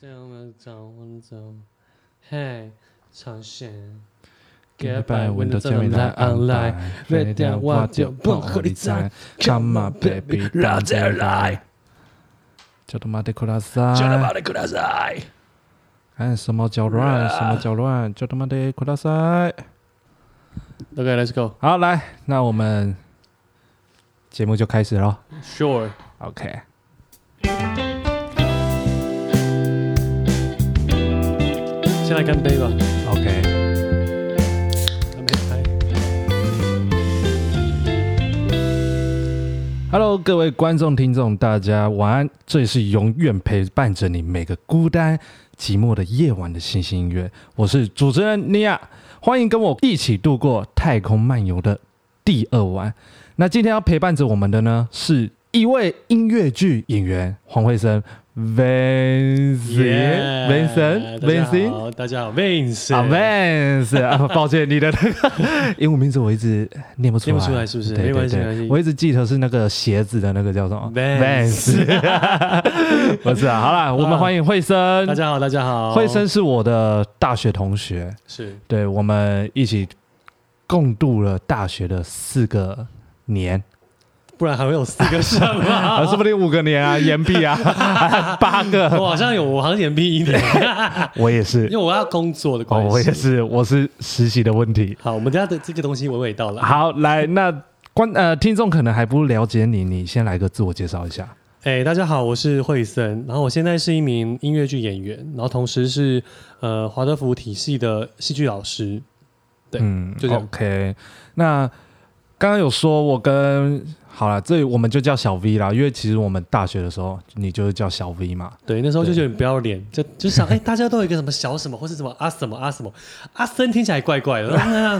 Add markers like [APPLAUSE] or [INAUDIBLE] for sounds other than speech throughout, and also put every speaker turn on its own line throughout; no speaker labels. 这样的走，我走，嘿，朝鲜。
Goodbye, window 将你来 online，那点我就不和你在。Come on, baby，让再来。叫他妈的克拉塞！
叫他妈的ください。
哎，什么搅乱？什么搅乱？叫他妈的克拉塞！
OK，let's go。
好，来，那我们节目就开始喽。
Sure。
OK。
先来干杯吧。
OK。
还没开。
Hello，各位观众、听众，大家晚安！这里是永远陪伴着你每个孤单、寂寞的夜晚的星星音乐，我是主持人尼亚，欢迎跟我一起度过太空漫游的第二晚。那今天要陪伴着我们的呢，是一位音乐剧演员黄慧生
Yeah，大家
，Vincent，Vincent，Vincent，
好大家好，Vince。
啊 v a n c e 啊，抱歉，你的那个 [LAUGHS] 英文名字我一直念不出来，
念不出来是不是
对
没关系
对
没关系
我一直记得是那个鞋子的那个叫什么
Vans
Vans [LAUGHS] 不是啊，好啦，我们欢迎慧生
大，家好，大家好。
慧生是我的大学同学，
是
对我们一起共度了大学的四个年，
不然还会有四个什
[LAUGHS]
么？
啊，说不定五个年啊，岩壁啊，
[LAUGHS]
八个，
我好像有，我好像延毕一年，
我也是
因为，我要工作的
哦，
关系。
我也是，我是实习的问题，
好，我们等一下的这个东西娓娓道来。
好，来，那观呃听众可能还不了解你，你先来个自我介绍一下。
哎、大家好，我是惠森，然后我现在是一名音乐剧演员，然后同时是呃华德福体系的戏剧老师。对
嗯
就这样
OK，那刚刚有说我跟好了，这我们就叫小 V 啦，因为其实我们大学的时候你就是叫小 V 嘛。
对，那时候就
对
觉得很不要脸，就就
[LAUGHS]
想，哎、大家都有一个什么小什么，或是什么啊什么啊什么，阿森听起来怪
[LAUGHS]
怪的，那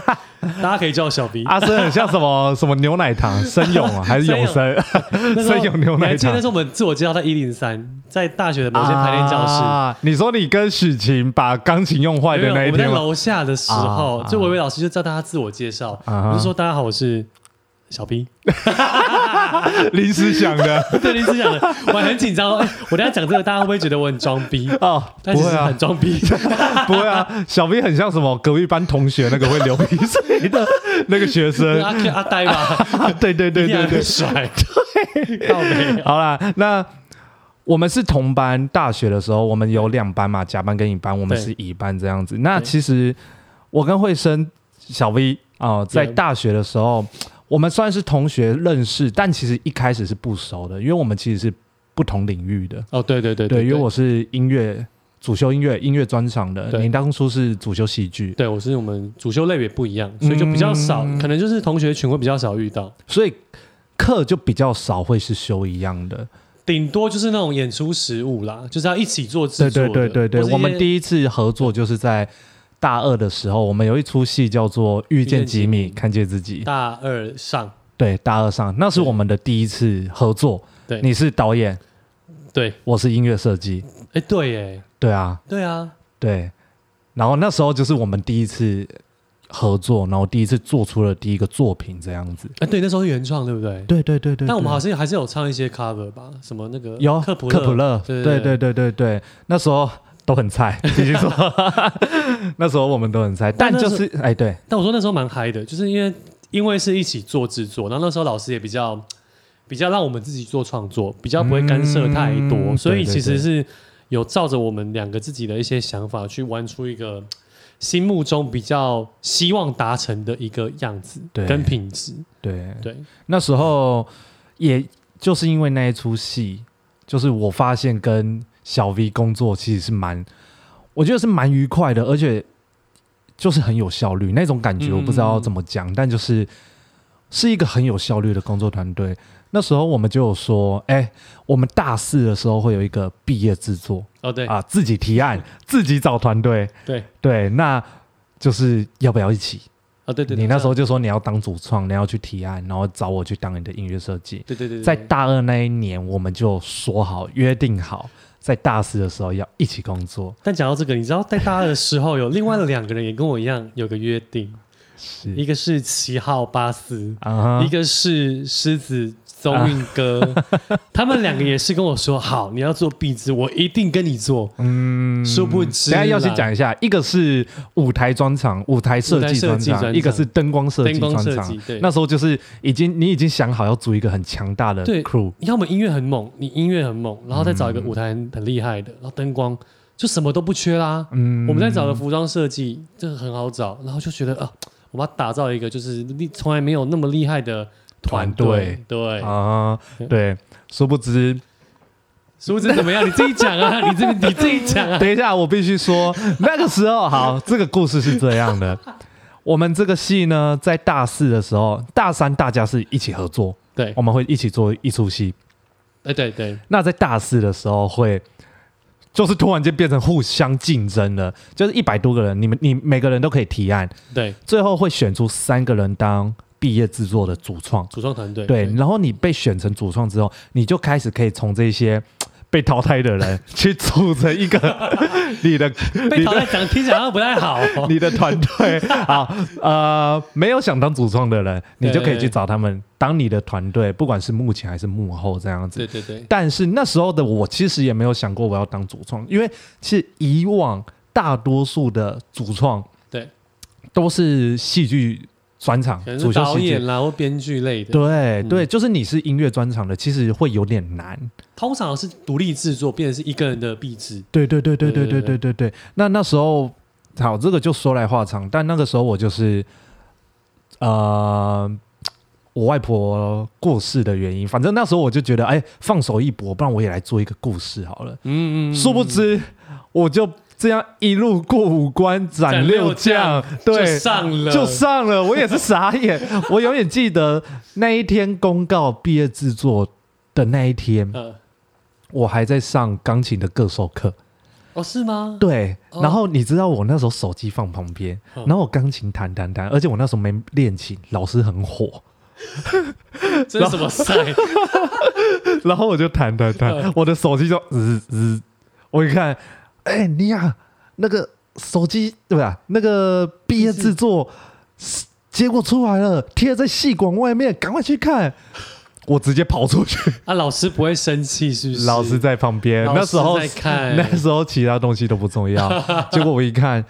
大家可以叫我小 B。
阿生很像什么 [LAUGHS] 什么牛奶糖 [LAUGHS] 生勇啊，还是永生
那时候
生勇牛
你还
奶
记得
糖
那时候我们自我介绍在一零三，在大学的某些排练教室。
[LAUGHS] 啊你说你跟许晴把钢琴用坏
没
的
有，
那一
我们在
天吗？
楼下的时候，
啊
就维维老师就叫大家自我介绍，
啊哈
我就说大家好，我是小 B。
临时想的
[LAUGHS] 对，临时想的，我还很紧张哦。哎我等一下讲这个，大家会不会觉得我很装逼？
[LAUGHS] 哦，不
但其实
会啊
很，装
[LAUGHS]
逼。
不会啊，小 V 很像什么隔壁班同学那个会流鼻水的那个学生，
阿 Q 阿呆吧，
[LAUGHS] 对对对
一定
对
还
对
会，甩。 [LAUGHS] 对，倒霉。
[LAUGHS] 好啦，那我们是同班，大学的时候我们有两班嘛，甲班跟乙班，我们
对
是乙班这样子。那其实我跟慧生、小 V 哦、在
Yeah
大学的时候，我们算是同学认识，但其实一开始是不熟的，因为我们其实是不同领域的。
哦，对对对
对，因为我是音乐主修音乐音乐专场的，
对
你当初是主修戏剧，
对我是我们主修类别不一样，所以就比较少，
嗯
可能就是同学群会比较少遇到，
所以课就比较少会是修一样的。
顶多就是那种演出实务啦，就是要一起做制
对
作
对
的。
对对对，
或是一些
我们第一次合作就是在大二的时候，我们有一出戏叫做《遇见吉
遇见
米
吉米
看见自己》，
大二上，
对，大二上，那是我们的第一次合作。
对
你是导演，
对，
我是音乐设计，
哎，对耶，
对啊，
对啊，
对。然后那时候就是我们第一次合作，然后第一次做出了第一个作品这样子。
哎，对，那时候是原创，对不对？
对对对对。
但我
对
们好像还是有唱一些 cover 吧，什么那个
有
克普
克普勒，
对
对
对
对对对对，那时候都很菜，必须
[LAUGHS]
说，那时候我们都很菜，
但哦
但
那
就是哎对。
但我说那时候蛮嗨的，就是因为因为是一起做制作，然后那时候老师也比较比较让我们自己做创作，比较不会干涉太多，
嗯
所以
对对
其实是有照着我们两个自己的一些想法去玩出一个心目中比较希望达成的一个样子
对
跟品质。
对，
对，
那时候也就是因为那一出戏，就是我发现跟小 V 工作其实是蛮，我觉得是蛮愉快的，而且就是很有效率那种感觉，
嗯
我不知道怎么讲，但就是是一个很有效率的工作团队。那时候我们就有说，哎、我们大四的时候会有一个毕业制作
哦对
啊，自己提案，自己找团队，
对
对，那就是要不要一起？
哦对对，
你那时
候
候就说你要当主创，你要去提案，然后找我去当你的音乐设计。
对对对对
在
对
大二那一年，我们就说好约定好，在大四的时候要一起工作。
但讲到这个，你知道在大二的时候，有另外的两个人也跟我一样有个约定，
是
一个是七号巴斯，
啊哈
一个是狮子宗韵 [LAUGHS] 哥，他们两个也是跟我说，好，你要做壁纸，我一定跟你做。嗯，殊不知
等一
啦，
下要先讲一下，一个是舞台专场、舞台设计专
舞台设计专
场，
场
一个是灯光设计
灯光
专
设
场
计。，对，
那时候就是已经你已经想好要组一个很强大的
对
crew，
要么音乐很猛，你音乐很猛，然后再找一个舞台很很厉害的，然后灯光就什么都不缺啦。
嗯
我们在找的服装设计，这个很好找，然后就觉得啊，我们要打造一个就是厉从来没有那么厉害的团队，对，
啊，对，殊不知，
苏子怎么样？你自己讲啊，你这你自己讲 [LAUGHS] 啊。
等一下我必须说，那个时候好，这个故事是这样的，我们这个戏呢，在大四的时候，大三大家是一起合作，
对
我，们会一起做一出戏，
哎对对，
那在大四的时候会，就是突然间变成互相竞争了，就是一百多个人，你们你每个人都可以提案，
对，
最后会选出三个人当毕业制作的主创。
组装团队，
对，然后你被选成主创之后，你就开始可以从这些被淘汰的人去组成一个你的
被
你
淘
的
汰讲听起来好像不太好哦。
你的团 [LAUGHS] 队啊，呃，没有想当主创的人，你就可以
对
去找他们当你的团队，不管是幕前还是幕后这样子。
[LAUGHS] 对对对，
但是那时候的我其实也没有想过我要当主创，因为其实以往大多数的主创
对
都是戏剧专场
可能，
主
是
修
导
戏
演
剧。
啦或编剧类的，
对
嗯
对，就是你是音乐专场的，其实会有点难。
通常是独立制作，变成是一个人的壁纸。
对对对对对
对
对
对
对对对。那那时候，好，这个就说来话长，但那个时候我就是，呃，我外婆过世的原因，反正那时候我就觉得，哎，放手一搏，不然我也来做一个故事好了。
嗯嗯，
殊不知我就这样一路过五关斩
斩
六
六
将
将，
对
就，上了，
就上了，我也是傻眼。我永远记得那一天公告毕业制作的那一天，
呃，
我还在上钢琴的各首课。
哦，是吗？
对，
哦
然后你知道我那时候手机放旁边，
嗯
然后我钢琴弹弹弹，而且我那时候没练琴，老师
[LAUGHS]
很火，
这是什么赛？
然后我就弹弹弹
嗯，
我的手机就滋滋，我一看，哎、你呀，那个手机对吧？那个毕业制作结果出来了，贴在戏馆外面，赶快去看。我直接跑出去，
[LAUGHS] 啊，老师不会生气是 [LAUGHS] 不是？
老师在旁边。
老师
那时候
在看
那时候其他东西都不重要。结果我一看，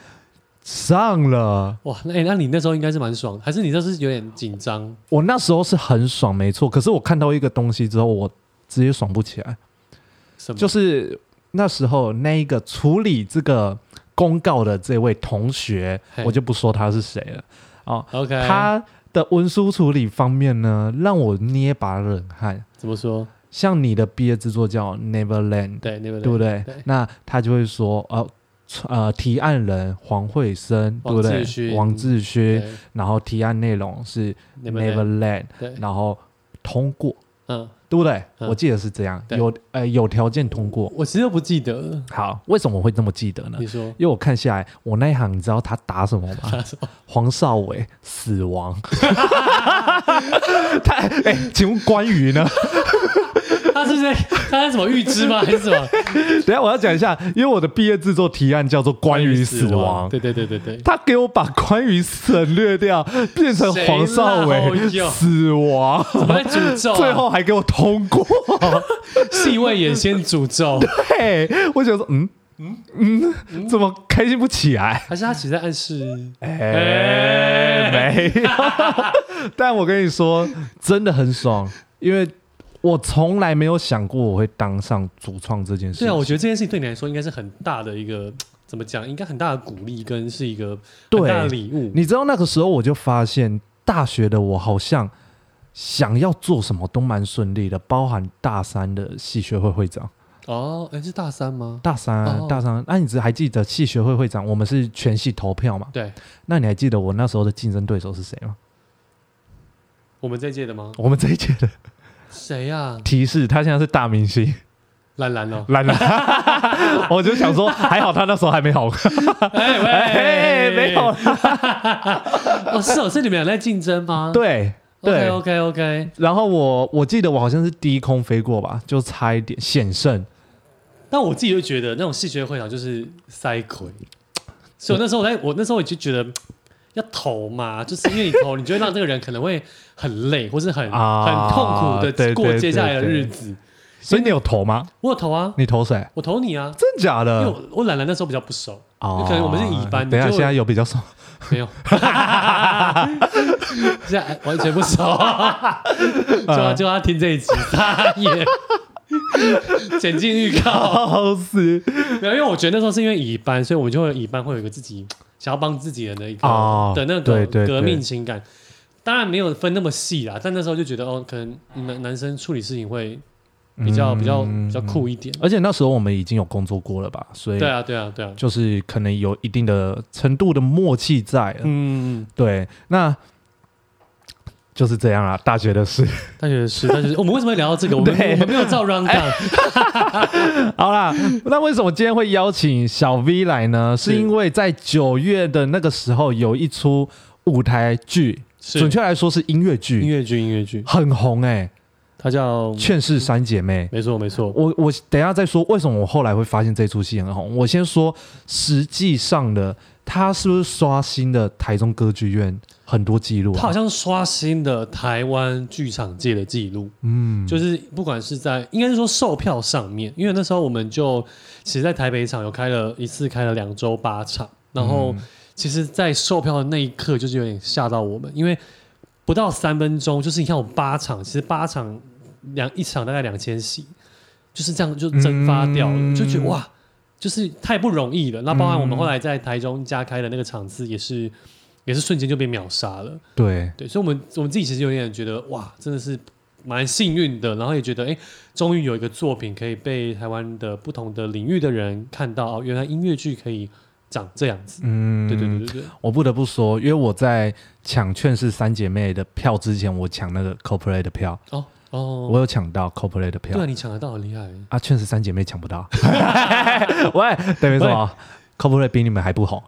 上了。
哇，那、欸、那你那时候应该是蛮爽的，还是你那是有点紧张？
我那时候是很爽，没错。可是我看到一个东西之后，我直接爽不起来。
什么？
就是那时候那一个处理这个公告的这位同学，
嘿
我就不说他是谁了哦，
OK，
他的文书处理方面呢，让我捏把冷汗。
怎么说？
像你的毕业制作叫 Neverland，
对，那个
对不对？
对
那他就会说，呃呃，提案人黄慧生，对不
王志？
对
勋
王志
对
勋，然后提案内容是
那个
Neverland，
对，
然后通过，
嗯，
对不对？
嗯
我记得是这样，
对
有呃有条件通过。
我其实都不记得了。
好，为什么我会这么记得呢？
你说
因为我看下来，我那一行你知道他打什么吗？
[LAUGHS] 他说
黄少伟
[LAUGHS]
死亡。他哎、请问关羽呢？ [LAUGHS]
他是在他是什么预知吗？还是什么
等一下我要讲一下，因为我的毕业制作提案叫做“关羽死亡”，
对对对对对，
他给我把关羽省略掉，变成黄少伟
谁啦 [LAUGHS]
死亡，
怎么在诅咒啊、
最后还给我通过。
戏位也先诅咒，
嘿，我想说，嗯嗯嗯，怎么开心不起来？
[LAUGHS] 还是他其实在暗示？
哎、没有。 [LAUGHS] 但我跟你说，真的很爽，因为我从来没有想过我会当上主创这件事情。
对啊，我觉得这件事情对你来说应该是很大的一个怎么讲？应该很大的鼓励，跟是一个
对
很大的礼物。
你知道那个时候我就发现，大学的我好像想要做什么都蛮顺利的，包含大三的系学会会长，
哦，哎，是大三吗？
大三啊、
哦
大三啊，那、你只还记得系学会会长，我们是全系投票嘛？
对，
那你还记得我那时候的竞争对手是谁吗？
我们这一届的吗？
我们这一届的
谁呀？
提示，他现在是大明星。，
兰兰哦
懒了， [LAUGHS] 我就想说，还好他那时候还没好，
[LAUGHS] 哎
[LAUGHS] 哎，没有啦，
哦，是哦，是你们俩在竞争吗？
对对。
，OK OK OK，
然后我我记得我好像是低空飞过吧，就差一点险胜。
但我自己就觉得那种戏学会长就是塞鬼，所以我那时候我在我那时候我就觉得要投嘛，就是因为你
[LAUGHS]
投，你就会让这个人可能会很累，或是很、
啊
很痛苦
对对
的过接下来的
对对
日子。
所以你有投吗？
我有投啊，
你投谁？
我投你啊，
真假
因为
的？
我我懒懒那时候比较不熟，
哦
可能我们是乙班
等一下，
就
现在有比较 [LAUGHS] 少。
没有，现在完全不熟，
呃
就要就要听这一集，傻眼，剪进预告。
好死
没有，因为我觉得那时候是因为乙班，所以我们就会乙班会有一个自己想要帮自己人的一个、
哦
的那
对
个
对对
革命情感。当然没有分那么细啦，但那时候就觉得哦，可能男男生处理事情会比
嗯
较、比较比较酷一点。
而且那时候我们已经有工作过了吧，所以
对啊，对啊，对啊，
就是可能有一定的程度的默契在了。
嗯，
对，那就是这样啦，大学的事。
大学是大学是，我们为什么会聊到这个？我们
[LAUGHS] 对哎
我们没有照 round down，
好啦， [LAUGHS] 那为什么今天会邀请小 V 来呢？是
是
因为在九月的那个时候有一出舞台剧，
是
准确来说是音乐
音
剧，
乐剧，音乐剧，
很红哎、
它叫，
《劝世三姐妹》。
没错没错，
我我等一下再说为什么我后来会发现这出戏很红。我先说，实际上的它是不是刷新了台中歌剧院很多记录、
它
啊
好？像刷新了台湾剧场界的记录。
嗯，
就是不管是在应该是说售票上面，因为那时候我们就其实，在台北场有开了一次，开了两周八场，然
嗯
后其实，在售票的那一刻，就是有点吓到我们，因为不到三分钟，就是你看我八场，其实八场两一场大概两千席，就是这样就蒸发掉了，
嗯
就觉得哇，就是太不容易了。那包含我们后来在台中加开的那个场次，也是也是瞬间就被秒杀了。
对，
对，所以我们我们自己其实有点觉得哇，真的是蛮幸运的，然后也觉得哎，终于有一个作品可以被台湾的不同的领域的人看到，哦，原来音乐剧可以长这样子。
嗯，
对对对对对，
我不得不说，因为我在抢《劝世三姐妹》的票之前，我抢那个 CoPlay 的票，
哦哦，
我有抢到 CoPlay 的票
对啊，你抢得到很厉害。
啊，《劝世三姐妹》抢不到。 [LAUGHS] 喂，等于什么？CoPlay 比你们还不红。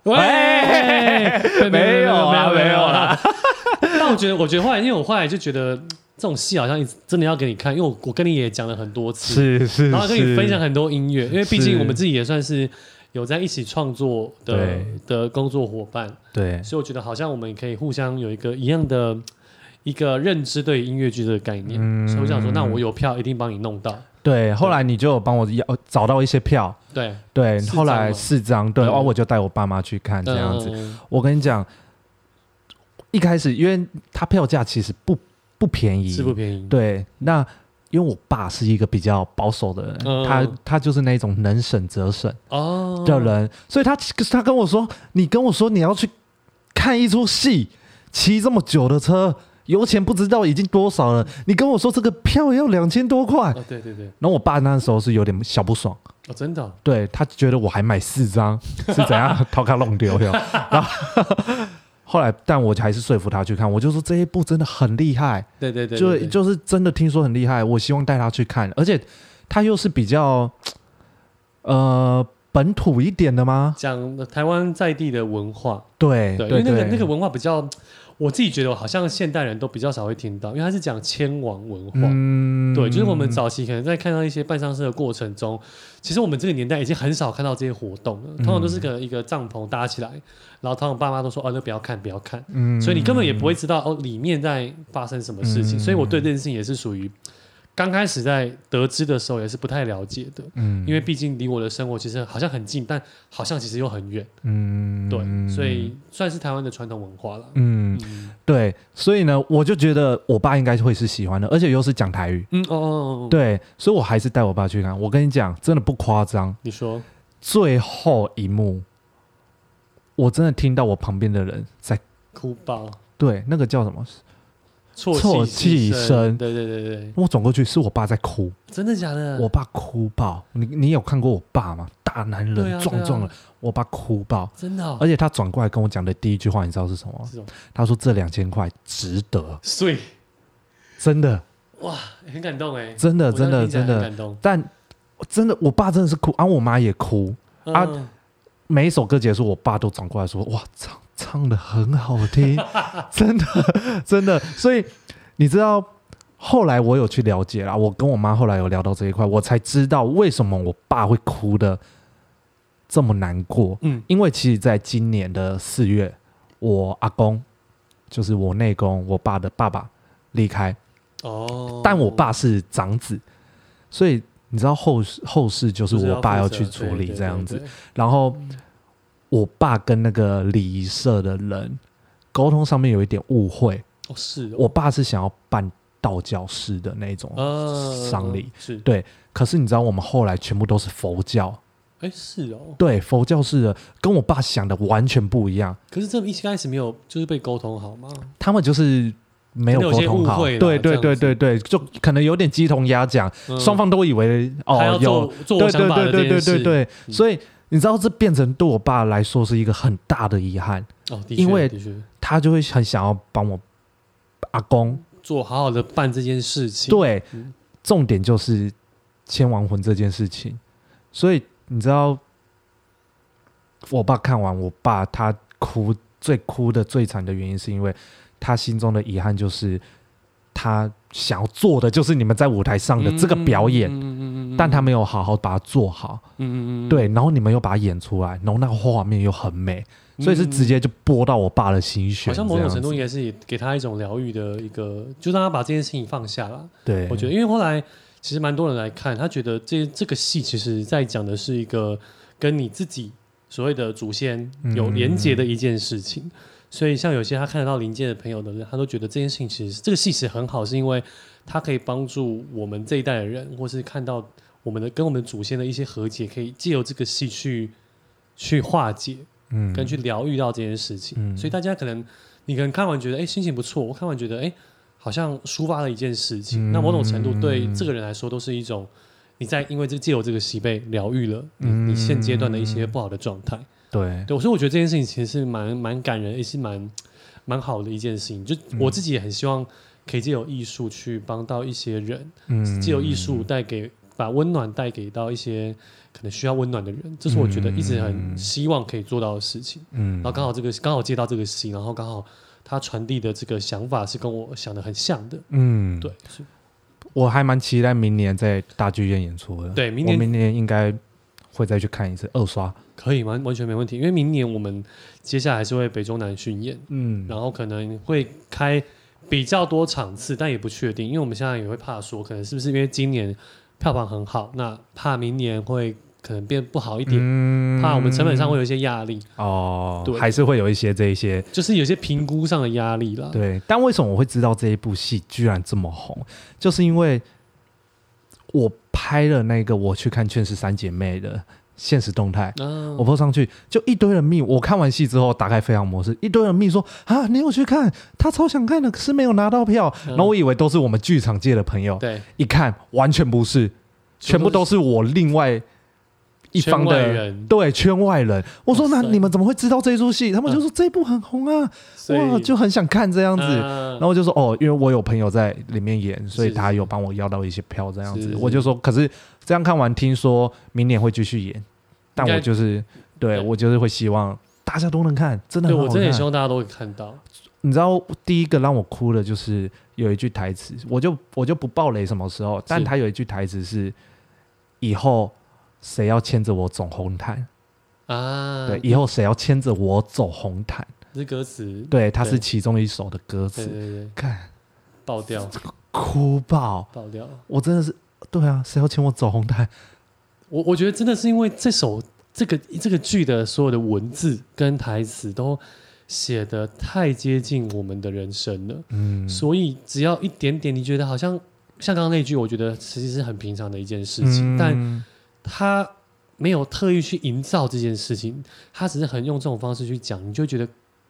喂，
没有啊
没有
没有啊
啦。但我觉得，我觉得后来，因为我后来就觉得嗯这种戏好像一直真的要给你看，因为我我跟你也讲了很多次，
是是，
然后跟你
是
分享很多音乐，因为毕竟
是
我们自己也算是有在一起创作的
对
的工作伙伴，
对，
所以我觉得好像我们可以互相有一个一样的一个认知对音乐剧这个概念，
嗯
所以我想说，那我有票一定帮你弄到，
对，后来你就有帮我要找到一些票，
对，
对，
四张
后来
吗
四张，对，
嗯
哦，我就带我爸妈去看这样子。
嗯
我跟你讲，一开始因为它票价其实不不便宜，
是不便宜，
对，那因为我爸是一个比较保守的人，
嗯
他他就是那种能省则省
哦，
的人，所以他他跟我说，你跟我说你要去看一出戏，骑这么久的车，油钱不知道已经多少了，你跟我说这个票要两千多块，
哦，对对对，
然后我爸那时候是有点小不爽。
哦，真的哦，
对他觉得我还买四张是怎样掏卡弄丢掉，然后后来但我还是说服他去看，我就说这一部真的很厉害，
对对对，
就
对对
就是真的听说很厉害，我希望带他去看，而且他又是比较呃本土一点的吗？
讲台湾在地的文化，
对
对，因
对
为那个
对
那个文化比较，我自己觉得好像现代人都比较少会听到，因为它是讲千王文化。
嗯
对，就是我们早期可能在看到一些办丧事的过程中，其实我们这个年代已经很少看到这些活动了。通常都是
嗯
可能一个帐篷搭起来，然后通常爸妈都说：“哦，那不要看，不要看。”
嗯
所以你根本也不会知道哦里面在发生什么事情。所以我对这件事情也是属于刚开始在得知的时候也是不太了解的，
嗯
因为毕竟离我的生活其实好像很近，但好像其实又很远。
嗯
对，所以算是台湾的传统文化了。
嗯
嗯
对，所以呢，我就觉得我爸应该会是喜欢的，而且又是讲台语。
嗯哦哦，哦，
对，所以我还是带我爸去看。我跟你讲，真的不夸张，
你说
最后一幕，我真的听到我旁边的人在
哭爆。
对那个叫什么？
啜
啜泣
泣
声
对对对对，
我转过去是我爸在哭，
真的假的？
我爸哭爆。你你有看过我爸吗？大男
对
人
啊
壮
对啊
壮的，我爸哭爆。
真的、哦，
而且他转过来跟我讲的第一句话，你知道是什么吗？
这种
他说：“这两千块值得，
所以
真的，
很感动哎，
真的，
我刚
真
刚
的，
听起来
真
很
的。
感动
但真的，我爸真的是哭，啊，我妈也哭。啊
嗯
每一首歌结束，我爸都转过来说：“哇，唱唱的很好听，真的真的。”所以你知道，后来我有去了解啦，我跟我妈后来有聊到这一块，我才知道为什么我爸会哭的这么难过。
嗯
因为其实在今年的四月，我阿公，就是我内公，我爸的爸爸离开，
哦，
但我爸是长子，所以你知道后事后事就
就是是
我爸
负
要
责
去处
对
理
对
这样
对嗯
子。
对
然后我爸跟那个礼仪社的人沟通上面有一点误会，
哦，是哦
我爸是想要办道教式的那种，
呃
丧礼
是
对可是你知道我们后来全部都是佛教，
哎是哦，
对佛教式的跟我爸想的完全不一样，
可是这一开始没有就是被沟通好吗？
他们就是。没有
可能有
沟
些
通
误
好，
会啦
对对
这样
对
子
对对，就可能有点鸡同鸭讲，
嗯
双方都以为
他要
哦有
做做我想法的这件事
对，
嗯
所以你知道这变成对我爸来说是一个很大的遗憾，
哦，的确
因为
的确
他就会很想要帮我阿公。
做好好的办这件事情，
对
嗯，
重点就是签完婚这件事情，所以你知道，我爸看完我爸他哭最哭的最惨的原因，是因为他心中的遗憾就是他想要做的就是你们在舞台上的这个表演。
嗯嗯嗯嗯
但他没有好好把它做好，
嗯嗯嗯，
对，然后你们又把它演出来，然后那个画面又很美，所以是直接就拨到我爸的心
嗯好
弦，
像某种
这样
程度
子
也是也给他一种疗愈的一个，就让他把这件事情放下了。
对，
我觉得，因为后来其实蛮多人来看，他觉得这这个戏其实在讲的是一个跟你自己所谓的祖先有连结的一件事情。所以，像有些他看得到灵界的朋友的人，他都觉得这件事情其实这个戏其实很好，是因为它可以帮助我们这一代的人，或是看到我们的跟我们祖先的一些和解，可以借由这个戏去去化解。
嗯
跟去疗愈到这件事情。
嗯
所以大家可能你可能看完觉得哎、诶心情不错，我看完觉得哎、诶好像抒发了一件事情，
嗯
那某种程度对这个人来说都是一种你在因为这借由这个戏被疗愈了你
嗯
你现阶段的一些不好的状态。
对，
对，所以我觉得这件事情其实是蛮蛮感人，也是蛮蛮好的一件事情。就
嗯
我自己也很希望可以借由艺术去帮到一些人，
嗯
借由艺术带给。把温暖带给到一些可能需要温暖的人，这是我觉得一直很
嗯
希望可以做到的事情。
嗯
然后刚好这个刚好接到这个戏，然后刚好他传递的这个想法是跟我想的很像的，
嗯，
对，，是
我还蛮期待明年在大剧院演出的。
对明
我
年
明年应该会再去看一次二刷。
可以完完全没问题。因为明年我们接下来是会北中南巡演，
嗯，
然后可能会开比较多场次，但也不确定，因为我们现在也会怕说，可能是不是因为今年票房很好，那怕明年会可能变不好一点，
嗯
怕我们成本上会有一些压力，
哦，
对
还是会有一些这一些
就是有些评估上的压力啦。
对。但为什么我会知道这一部戏居然这么红？就是因为我拍了那个我去看《劝世三姐妹》的现实动态，
啊，
我 po 上去，就一堆人密。我看完戏之后，打开飞扬模式，一堆人密说啊，你有去看？他超想看的，可是没有拿到票。
嗯
然后我以为都是我们剧场界的朋友，
对，
一看完全不是，全部都是我另外一方
圈外
的
人，
对圈外人。我说
哇塞嗯
那你们怎么会知道这出戏？他们就说这部很红啊，
所以
哇，就很想看这样子。
啊
然后我就说哦，因为我有朋友在里面演，所以
是
他有帮我要到一些票这样
是
子。
是
我就说，可是这样看完，听说明年会继续演，但
应该
我就是对
对
我就是会希望大家都能看，真的
对
很好
我
看。
真的也希望大家都会看到。
你知道第一个让我哭的就是有一句台词，我就我就不爆雷什么时候，但他有一句台词是：“以后谁要牵着我走红毯？”
啊，
对，以后谁要牵着我走红毯？
这歌词，
对，它是
对
其中一首的歌
对
词，
对对，
看
爆掉，
哭爆！
爆掉。
我真的是，对啊，谁要牵我走红毯？
我我觉得真的是因为这首这个这个剧的所有的文字跟台词都写的太接近我们的人生了，
嗯，
所以只要一点点，你觉得好像像刚刚那句，我觉得其实是很平常的一件事情，但
嗯
他没有特意去营造这件事情，他只是很用这种方式去讲，你就会觉得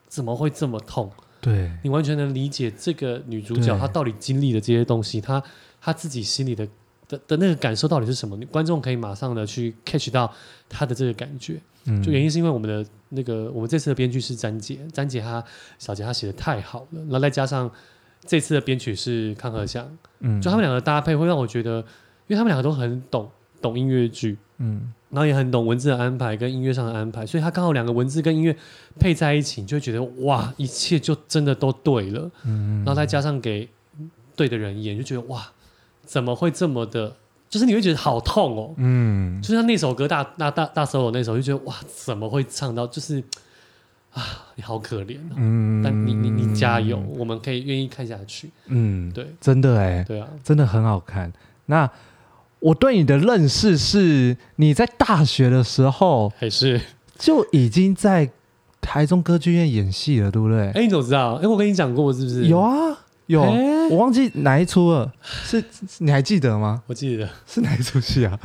怎么会这么痛？
对，
你完全能理解这个女主角
对
她到底经历的这些东西，她她自己心里的的的那个感受到底是什么？你观众可以马上的去 catch 到她的这个感觉。
嗯
就原因是因为我们的那个我们这次的编剧是詹姐，詹姐她小姐她写的太好了，然后再加上这次的编曲是康和祥，
嗯
就他们两个搭配会让我觉得，因为他们两个都很懂懂音乐剧，
嗯
然后也很懂文字的安排跟音乐上的安排，所以他刚好两个文字跟音乐配在一起，你就会觉得哇，一切就真的都对了。
嗯
然后再加上给对的人演，就觉得哇，怎么会这么的？就是你会觉得好痛哦。
嗯
就像那首歌大大大大 solo 那首，就觉得哇，怎么会唱到就是啊，你好可怜、哦，
嗯，
但你你你加油，我们可以愿意看下去。
嗯，
对
真的哎、
对啊，
真的很好看。那我对你的认识是，你在大学的时候
还是
就已经在台中歌剧院演戏了，对不对？
哎、你怎么知道？哎、我跟你讲过是不是？
有，啊，有，
哎
我忘记哪一出了， [SIGHS] 是是你还记得吗？
我记得
是哪一出戏啊？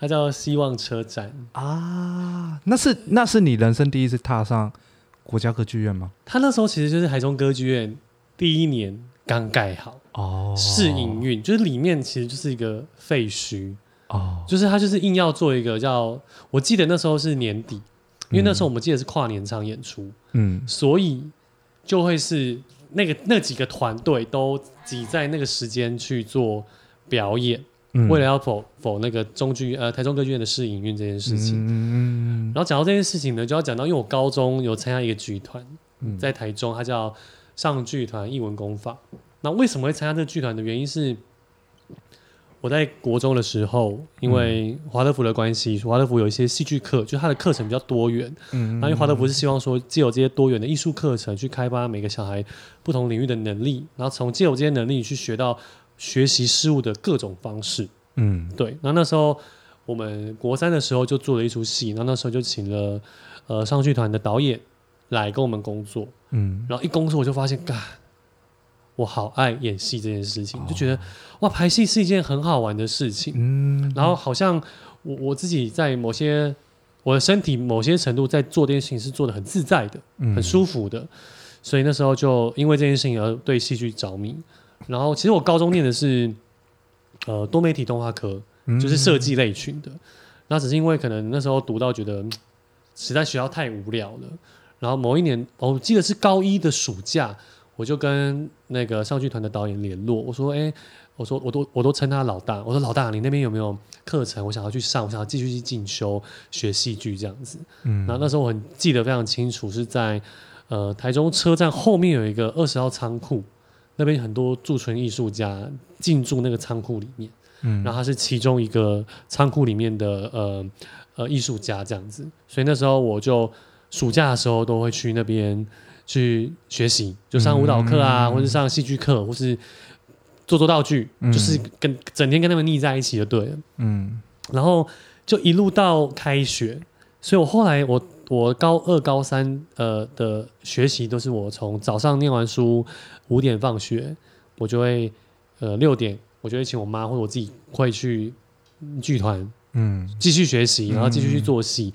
它叫《希望车站》，
啊，那是那是你人生第一次踏上国家歌剧院吗？
它那时候其实就是台中歌剧院第一年刚盖好，
哦
试营运，就是里面其实就是一个废墟，
哦，
就是他就是硬要做一个叫，我记得那时候是年底，因为那时候我们记得是跨年场演出，
嗯
所以就会是那个那几个团队都挤在那个时间去做表演，
嗯
为了要否否那个中剧呃台中歌剧院的试营运这件事情。
嗯嗯
然后讲到这件事情呢，就要讲到，因为我高中有参加一个剧团，
嗯
在台中，它叫上剧团艺文工坊。那为什么会参加这个剧团的原因是，我在国中的时候，因为
嗯
华德福的关系，华德福有一些戏剧课，就它的课程比较多元。
嗯
然后因为华德福是希望说，借由这些多元的艺术课程，去开发每个小孩不同领域的能力，然后从借由这些能力去学到学习事物的各种方式。
嗯
对，然后那时候我们国三的时候就做了一出戏，然后那时候就请了呃上剧团的导演来跟我们工作，
嗯，
然后一工作我就发现，干，我好爱演戏这件事情，就觉得哇，排戏是一件很好玩的事情，
哦嗯
然后好像我我自己在某些我的身体某些程度在做这件事情是做的很自在的，
嗯
很舒服的，所以那时候就因为这件事情而对戏剧着迷。然后其实我高中念的是呃多媒体动画科，
嗯
就是设计类群的。那只是因为可能那时候读到觉得嗯实在学校太无聊了，然后某一年、哦我记得是高一的暑假，我就跟那个上剧团的导演联络，我说：“哎、我说我都我都称他老大，我说老大，你那边有没有课程？我想要去上，我想要继续去进修学戏剧这样子。”
嗯
然后那时候我很记得非常清楚，是在呃台中车站后面有一个二十号仓库，那边很多驻存艺术家进驻那个仓库里面，
嗯
然后他是其中一个仓库里面的呃呃艺术家这样子，所以那时候我就暑假的时候都会去那边去学习，就上舞蹈课啊，
嗯
或是上戏剧课，或是做做道具，
嗯
就是跟整天跟他们腻在一起就对了。
嗯
然后就一路到开学，所以我后来我我高二、高三呃的学习都是我从早上念完书五点放学，我就会呃六点我就会请我妈或者我自己会去嗯剧团
嗯
继续学习，然后继续去做戏，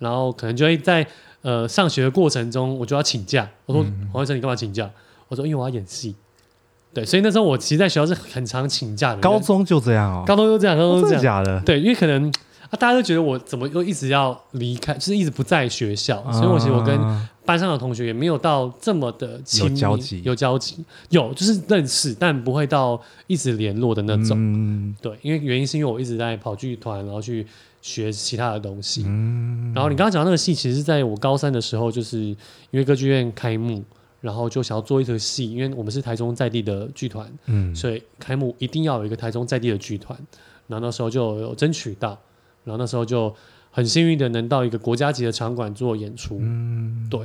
然后可能就会在呃上学的过程中我就要请假。我说
嗯
黄医生你干嘛请假？我说因为哎我要演戏。对，所以那时候我其实在学校是很常请假的人，
高中就这样哦，
高中就这样，高中
哦
就
真
这样
的。假的？
对，因为可能啊，大家都觉得我怎么又一直要离开，就是一直不在学校，所以我其实我跟
啊
班上的同学也没有到这么的亲密
交集
有交集，有就是认识，但不会到一直联络的那种。
嗯
对，因为原因是因为我一直在跑剧团，然后去学其他的东西。
嗯
然后你刚刚讲到那个戏，其实是在我高三的时候，就是因为歌剧院开幕，然后就想要做一出戏，因为我们是台中在地的剧团，
嗯
所以开幕一定要有一个台中在地的剧团。然后那时候就有争取到，然后那时候就很幸运的能到一个国家级的场馆做演出。
嗯
对，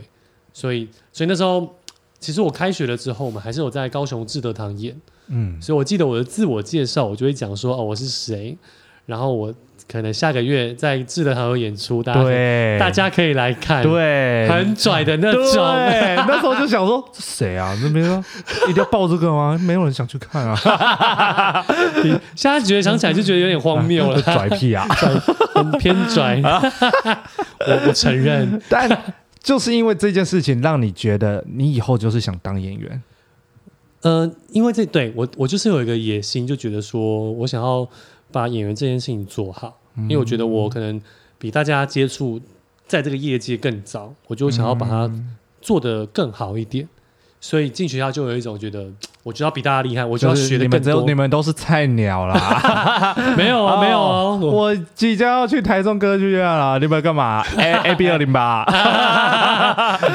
所以所以那时候其实我开学了之后，我们还是有在高雄志德堂演。
嗯
所以我记得我的自我介绍，我就会讲说哦我是谁，然后我可能下个月在志德堂有演出，大家可以
对，
大家可以来看，，
对
很拽的那种。
对，那时候就想说，这谁啊？那边说一定要报这个吗？没有人想去看啊，，
现在觉得想起来就觉得有点荒谬了
拽屁啊！
很偏拽。 [LAUGHS] 我我承认，
但就是因为这件事情，让你觉得你以后就是想当演员。
呃，因为这对我我就是有一个野心，就觉得说我想要把演员这件事情做好，
嗯
因为我觉得我可能比大家接触在这个业界更早，我就想要把它
嗯
做得更好一点。所以进学校就有一种觉得，我就要比大家厉害，我就要
就是
学的
你
更
们只有
多
你。们都是菜
[LAUGHS]
鸟啦！
没有啊，没有啊，
哦
我
我即将要去台中歌剧院了，你们要干
[LAUGHS]
嘛？A A B 二零八，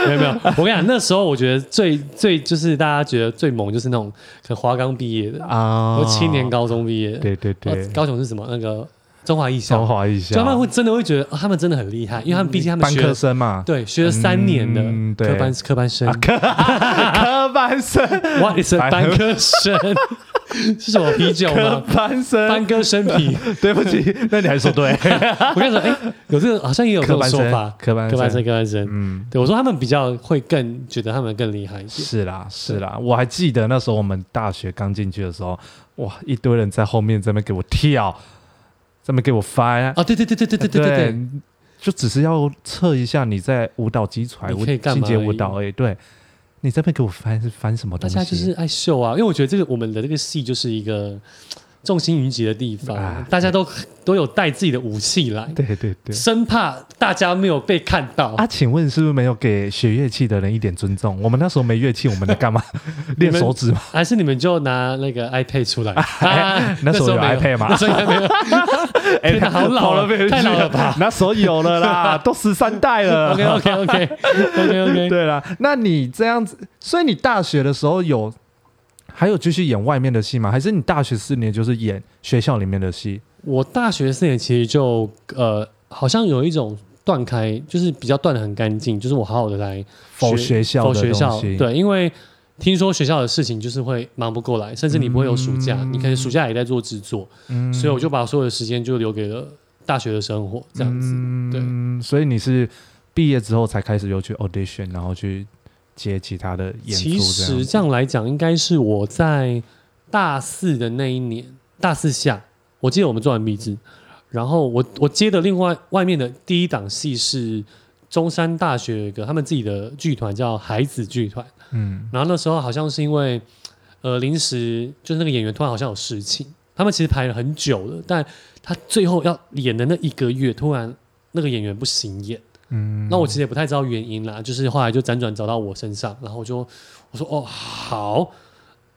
没有没有。我跟你讲，那时候我觉得最最就是大家觉得最猛，就是那种可能华冈毕业的，
啊
哦或青年高中毕业的，
对对
呃
对，
高雄是什么？那个中华艺
中
校，
华艺
就他们
校嗯
会真的会觉得、哦他们真的很厉害，因为他们毕竟他们
班
学
科
了
生
[LAUGHS]
嘛，
对学了三年的
嗯对
科班科班生
啊，科科班生，
哇，你是
班
班科
[LAUGHS]
生是什么啤酒
科
吗？
班生
班，科生啤，
对不
[LAUGHS]
起，那你还说对，
我跟你说，哎、有这个好像也有这
科
种
班
说法
生，，科班
科班生，
生，
科班生，
嗯，
对我说他们比较会更觉得他们更厉害一点。
是啦，是啦，我还记得那时候我们大学刚进去的时候，哇，一堆人在后面这边给我跳，这边给我翻，
哦，对对对 [LAUGHS] 对对对对对对，
对，就只是要测一下你在舞蹈基础、
你
舞
可以干
进
嘛
阶舞
而已
蹈而已。对，你这边给我翻是翻什么
大
东西？
家就是爱秀啊，因为我觉得这个我们的这个戏就是一个众星云集的地方，
啊
大家都都有带自己的武器来，
对对对。
生怕大家没有被看到。
啊，请问是不是没有给学乐器的人一点尊重？我们那时候没乐器，我们在干
[LAUGHS]
嘛？
你
练
们
手指嘛。
还是你们就拿那个 iPad 出来，啊
哎那时候有
没
iPad 吗
那时候应该没有。
哎
天 [LAUGHS] 哪好老
了，
了太老了吧？
那时候有了啦，都十三代
[LAUGHS]
了。
OK OK
[LAUGHS]
OK OK OK，
对啦，那你这样子，所以你大学的时候有还有继续演外面的戏吗？还是你大学四年就是演学校里面的戏？
我大学四年其实就呃，好像有一种断开，就是比较断的很干净，就是我好好的来
否学校
否
的
学
东
校
西，，
对，因为听说学校的事情就是会忙不过来，甚至你不会有暑假，
嗯
你可能暑假也在做制作，
嗯
所以我就把所有的时间就留给了大学的生活，这样子。对，
嗯，所以你是毕业之后才开始又去 audition，然后去接其他的演出，
其实这样来讲，应该是我在大四的那一年，大四下，我记得我们做完毕制，然后我我接的另外外面的第一档戏是。中山大学有一个他们自己的剧团叫孩子剧团，
嗯
然后那时候好像是因为，呃，临时就是那个演员突然好像有事情，他们其实排了很久了，但他最后要演的那一个月，突然那个演员不行演，
嗯，
那我其实也不太知道原因啦，就是后来就辗转找到我身上，然后我就我说哦好，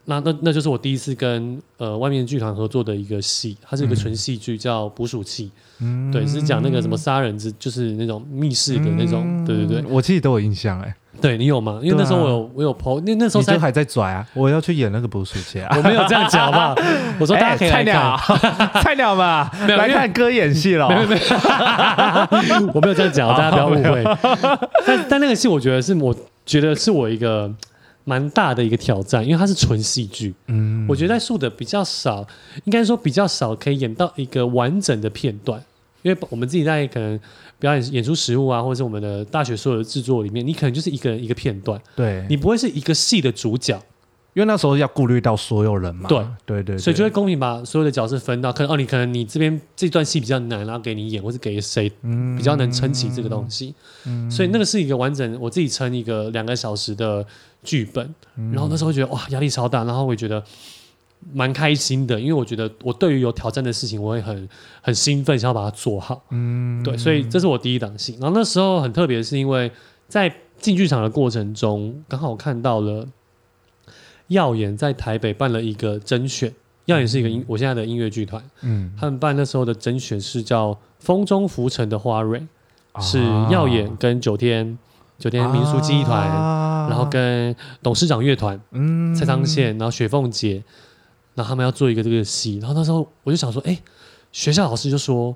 那那那就是我第一次跟呃外面剧团合作的一个戏，它是一个纯戏剧，叫《捕鼠器》，
嗯
对，是讲那个什么杀人之，就是那种密室的那种，
嗯
对对对，
我自己都有印象哎、
对你有吗？因为那时候我有、我有 PO，那那时候
你
在
就还在拽啊，我要去演那个捕鼠器
[LAUGHS]
啊。
我没有这样讲好不
[LAUGHS]
好？我说大家可以
哎菜
来
鸟啊
看，，
[LAUGHS] 菜鸟嘛，
没有
来看哥演戏了。
[LAUGHS] 我没有这样
[LAUGHS]
讲，大家不要误会。 [LAUGHS] 但但那个戏，我觉得是我觉得是我一个蛮大的一个挑战，因为它是纯戏剧，
嗯，
我觉得在树的比较少，应该说比较少可以演到一个完整的片段。因为我们自己在可能表演演出实物啊，或者是我们的大学所有的制作里面，你可能就是一个人一个片段，
对，
你不会是一个戏的主角，
因为那时候要顾虑到所有人嘛。
对
对对，
所以就
对
会公平把所有的角色分到，可能哦，你可能你这边这段戏比较难，然后给你演，或是给谁
嗯
比较能撑起这个东西。所以那个是一个完整，我自己撑一个两个小时的剧本，
嗯
然后那时候觉得哇压力超大，然后我也觉得蛮开心的，因为我觉得我对于有挑战的事情，我会很很兴奋，想要把它做好。
嗯
对，所以这是我第一档戏。然后那时候很特别，是因为在进剧场的过程中，刚好看到了耀眼在台北办了一个甄选。耀眼是一个音，我现在的音乐剧团，
嗯
他们办那时候的甄选是叫《风中浮沉的花蕊》，
啊
是耀眼跟九天九天民俗记忆团，
啊
然后跟董事长乐团、
嗯
蔡昌宪，然后雪凤姐，然后他们要做一个这个戏，然后那时候我就想说，哎，学校老师就说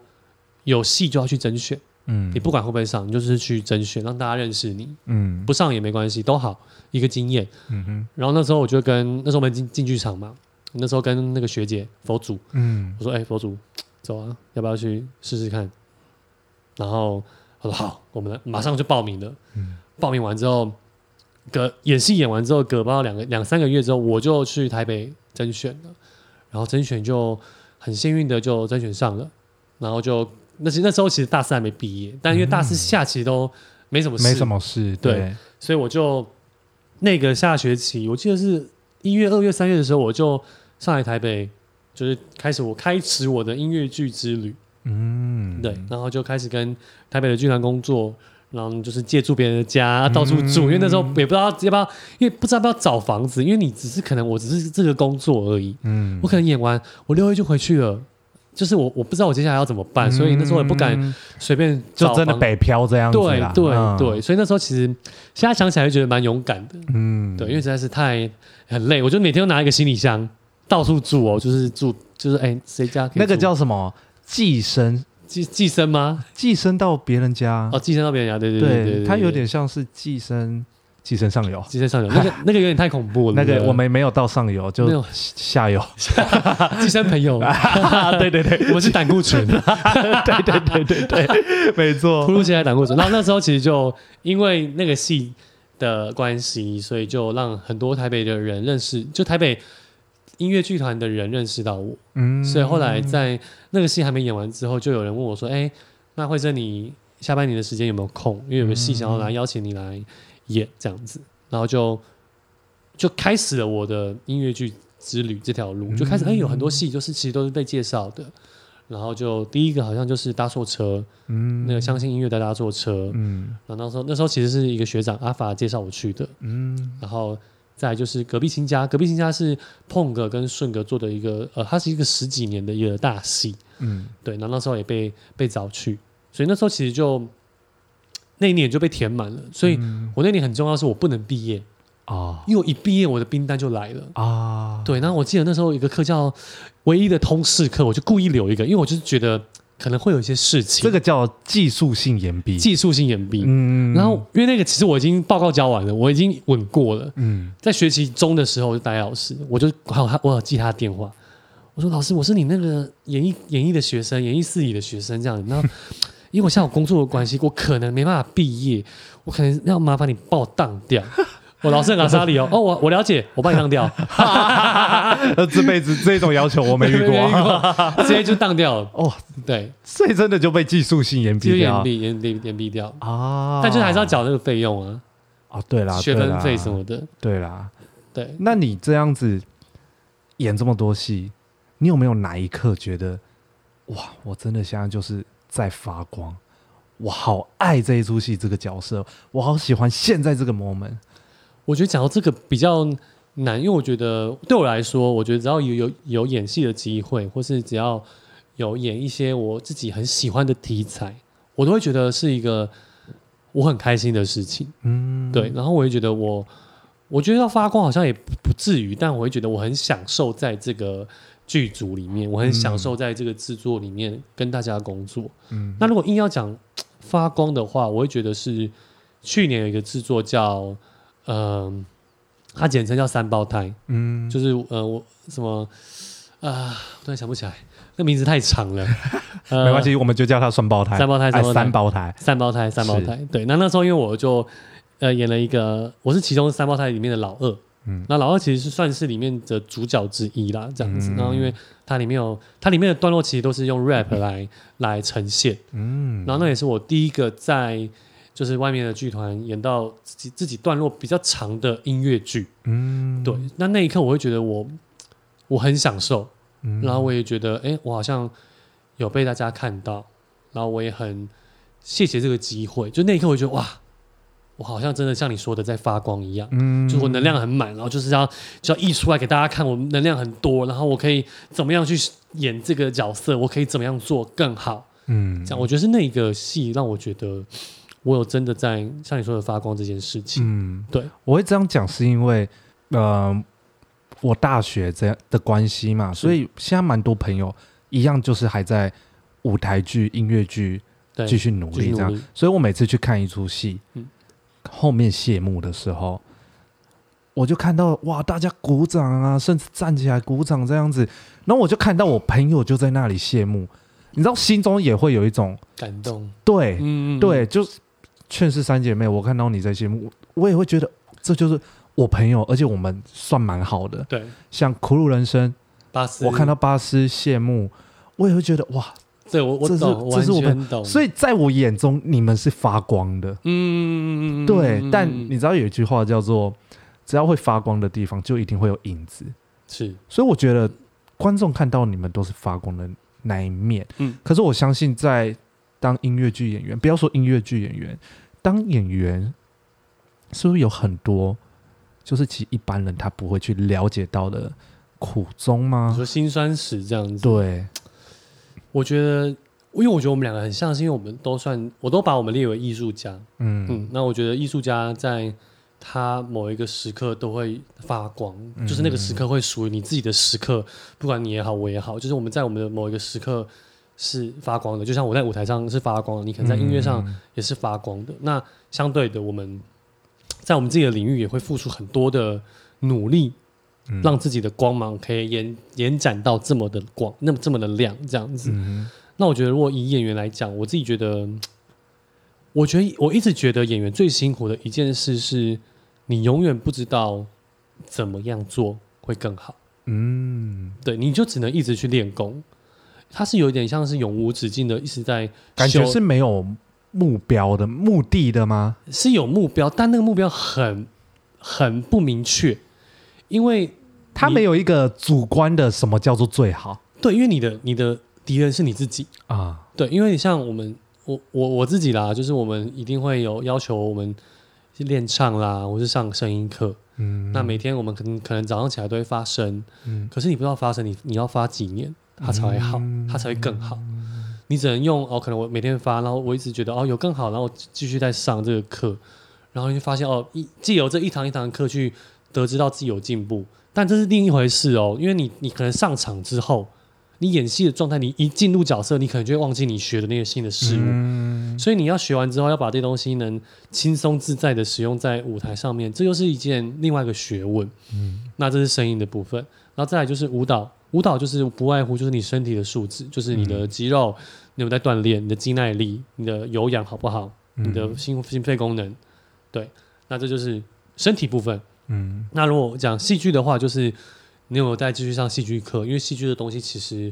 有戏就要去甄选，
嗯
你不管会不会上，你就是去甄选，让大家认识你，
嗯
不上也没关系，都好一个经验。
嗯哼
然后那时候我就跟那时候我们进进剧场嘛，那时候跟那个学姐佛祖，
嗯
我说：“哎、佛祖，走啊，要不要去试试看？”然后他说：“好，我们来马上就报名了。”报名完之后，隔演戏演完之后，隔不到两个两三个月之后，我就去台北甄选了。然后甄选就很幸运的就甄选上了，然后就那时那时候其实大四还没毕业，但因为大四下期都没什么事，
没什么事，
对
对，
所以我就那个下学期，我记得是一月、二月、三月的时候，我就上来台北，就是开始我开始我的音乐剧之旅，
嗯
对，然后就开始跟台北的剧团工作。然后就是借住别人的家，
嗯
到处住，因为那时候也不知道要不要，因为不知道要不要找房子，因为你只是可能我只是这个工作而已，
嗯
我可能演完我六月就回去了，就是我我不知道我接下来要怎么办，所以那时候也不敢
嗯
随便
就
找
真的
房
北漂这样子
对
啦
对、
嗯
对，所以那时候其实现在想起来就觉得蛮勇敢的，
嗯
对，因为实在是太很累，我就每天都拿一个行李箱到处住哦，就是住就是哎谁家可以
那个
住
叫什么寄生，
寄寄生吗？
寄生到别人家。
哦，寄生到别人家，对对对
对，
对，
它有
对
点像是寄生，寄生上游。
寄生上游，那个那个有点太恐怖了。
那个
对
我们没有到上游，
没有
就下游。
[LAUGHS] 寄生朋友，
[LAUGHS] 对对对，
我们是胆固醇，
对对对对对， [LAUGHS] 没
突
错。
如其来胆固醇。然后那时候其实就因为那个戏的关系，所以就让很多台北的人认识，就台北音乐剧团的人认识到我。
嗯
所以后来在那个戏还没演完之后，就有人问我说：“哎、那慧珍你下半年的时间有没有空？因为有个戏想要
嗯
来邀请你来演这样子。”然后就就开始了我的音乐剧之旅这条路，就开始哎、有很多
嗯
戏就是其实都是被介绍的。然后就第一个好像就是搭错车，
嗯
那个相信音乐的搭错车。
嗯
然后那时候那时候其实是一个学长阿法介绍我去的，
嗯
然后再来就是隔壁新家，隔壁新家是碰哥跟顺哥做的一个，呃，它是一个十几年的一个大戏，
嗯
对，然后那时候也被被找去，所以那时候其实就那一年就被填满了，所以
嗯
我那年很重要，是我不能毕业，
啊
因为我一毕业我的冰单就来了。
啊，
哦对，然后我记得那时候有一个课叫唯一的通识课，我就故意留一个，因为我就是觉得可能会有一些事情，
这个叫技术性岩壁。
技术性掩蔽。
嗯
然后因为那个其实我已经报告交完了，我已经稳过了，
嗯 [LAUGHS]
在学期中的时候，我就打给老师，我就还有他，我有记他的电话。我说老师，我是你那个演艺演艺的学生，演艺四里的学生这样。然后因为我现在有工作的关系，我可能没办法毕业，我可能要麻烦你帮我当掉。我老师很阿莎理
[LAUGHS]
哦，哦，我我了解，我帮你当掉，
呃，这辈子这种要求我 [LAUGHS] 没遇
[LAUGHS]
过，
过，直接就当掉了。
[LAUGHS] 哦，啊
对，
[LAUGHS] 所以真的就被技术性延
就
毕
延
掉
毕延毕延毕掉，
啊。
但就是还是要缴那个费用啊，
哦，对啦，
学
对
分
啦
费什么的。
对啦。
对，
那你这样子演这么多戏，你有没有哪一刻觉得，哇，我真的现在就是在发光，我好爱这一出戏这个角色，我好喜欢现在这个 moment。
我觉得讲到这个比较难，因为我觉得对我来说，我觉得只要有有有演戏的机会，或是只要有演一些我自己很喜欢的题材，我都会觉得是一个我很开心的事情。
嗯，
对，然后我也觉得我，我觉得要发光好像也不不至于，但我会觉得我很享受在这个剧组里面，我很享受在这个制作里面跟大家工作。
嗯
那如果硬要讲发光的话，我会觉得是去年有一个制作叫，嗯、它简称叫三胞胎，
嗯，
就是呃，我什么啊、呃，突然想不起来，那名字太长
[LAUGHS]
了，呃
没关，系，我们就叫他双胞胎，
三胞胎
哎
三胞胎
三胞胎，
三胞胎，三胞胎，对，那那时候因为我就呃演了一个，我是其中三胞胎里面的老二。
嗯
嗯，那老二其实是算是里面的主角之一啦，这样子。
嗯
然后因为它里面有它里面的段落，其实都是用 rap 来、来呈现。
嗯，
然后那也是我第一个在就是外面的剧团演到自己自己段落比较长的音乐剧。
嗯，
对，那那一刻我会觉得我我很享受，
嗯
然后我也觉得哎、诶我好像有被大家看到，然后我也很谢谢这个机会。就那一刻，我觉得哇，我好像真的像你说的在发光一样。
嗯，
就是我能量很满，然后就是要就要溢出来给大家看，我能量很多，然后我可以怎么样去演这个角色，我可以怎么样做更好，
嗯
这样，我觉得是那个戏让我觉得我有真的在像你说的发光这件事情。
嗯，
对，
我会这样讲是因为，呃，我大学这样的关系嘛，所以现在蛮多朋友一样就是还在舞台剧、音乐剧
对，
继续努
继
力
续
这
努
样。
力，
所以我每次去看一出戏，
嗯
后面谢幕的时候，我就看到哇，大家鼓掌啊，甚至站起来鼓掌这样子，然后我就看到我朋友就在那里谢幕，你知道，心中也会有一种
感
[LAUGHS]
动。
对，
嗯，嗯，
对，就是劝世三姐妹，我看到你在节目，我我也会觉得这就是我朋友，而且我们算蛮好的。
对，
像《苦鲁人生
巴》，斯，
我看到巴斯谢幕，我也会觉得哇，
对我我
这是
懂，
这是我
完全懂，
所以在我眼中你们是发光的。
嗯，嗯嗯嗯嗯嗯
对，
嗯
但
嗯
你知道有一句话叫做“只要会发光的地方，就一定会有影子”。
是
所以我觉得观众看到你们都是发光的那一面。
嗯
可是我相信，在当音乐剧演员，不要说音乐剧演员，当演员是不是有很多，就是其实一般人他不会去了解到的苦衷
你
吗？
说辛酸史这样子，
对，
我觉得，因为我觉得我们两个很像，是因为我们都算，我都把我们列为艺术家。
嗯
嗯，那我觉得艺术家在他某一个时刻都会发光，
嗯
就是那个时刻会属于你自己的时刻，不管你也好，我也好，就是我们在我们的某一个时刻是发光的，就像我在舞台上是发光的，你可能在音乐上
嗯
也是发光的。那相对的，我们在我们自己的领域也会付出很多的努力，
嗯
让自己的光芒可以延延展到这么的光，那么这么的亮，这样子。
嗯
那我觉得，如果以演员来讲，我自己觉得，我觉得我一直觉得演员最辛苦的一件事是，你永远不知道怎么样做会更好。
嗯，
对，你就只能一直去练功。它是有点像是永无止境的，一直在
感
修
觉是没有目标的目的的吗？
是有目标，但那个目标很很不明确，因为
他
你
没有一个主观的什么叫做最好
对，因为你的你的敌人是你自己，
啊，
对，因为像我们我我我自己啦，就是我们一定会有要求我们去练唱啦，或是上声音课，
嗯
那每天我们可能可能早上起来都会发声，
嗯
可是你不知道发声，你你要发几年它才会好，它才会更好。你只能用哦，可能我每天发，然后我一直觉得哦有更好，然后我继续在上这个课，然后就发现哦一既有这一堂一堂课去得知到自己有进步，但这是另一回事哦，因为你你可能上场之后，你演戏的状态，你一进入角色，你可能就会忘记你学的那个新的事物，
嗯
所以你要学完之后，要把这东西能轻松自在的使用在舞台上面，这又是一件另外一个学问。嗯，那这是声音的部分，然后再来就是舞蹈，舞蹈就是不外乎就是你身体的素质，就是你的肌肉，你有没有在锻炼，你的肌耐力，你的有氧好不好，
嗯
你的心心肺功能，对，那这就是身体部分。
嗯
那如果讲戏剧的话，就是你有没有再继续上戏剧课？因为戏剧的东西其实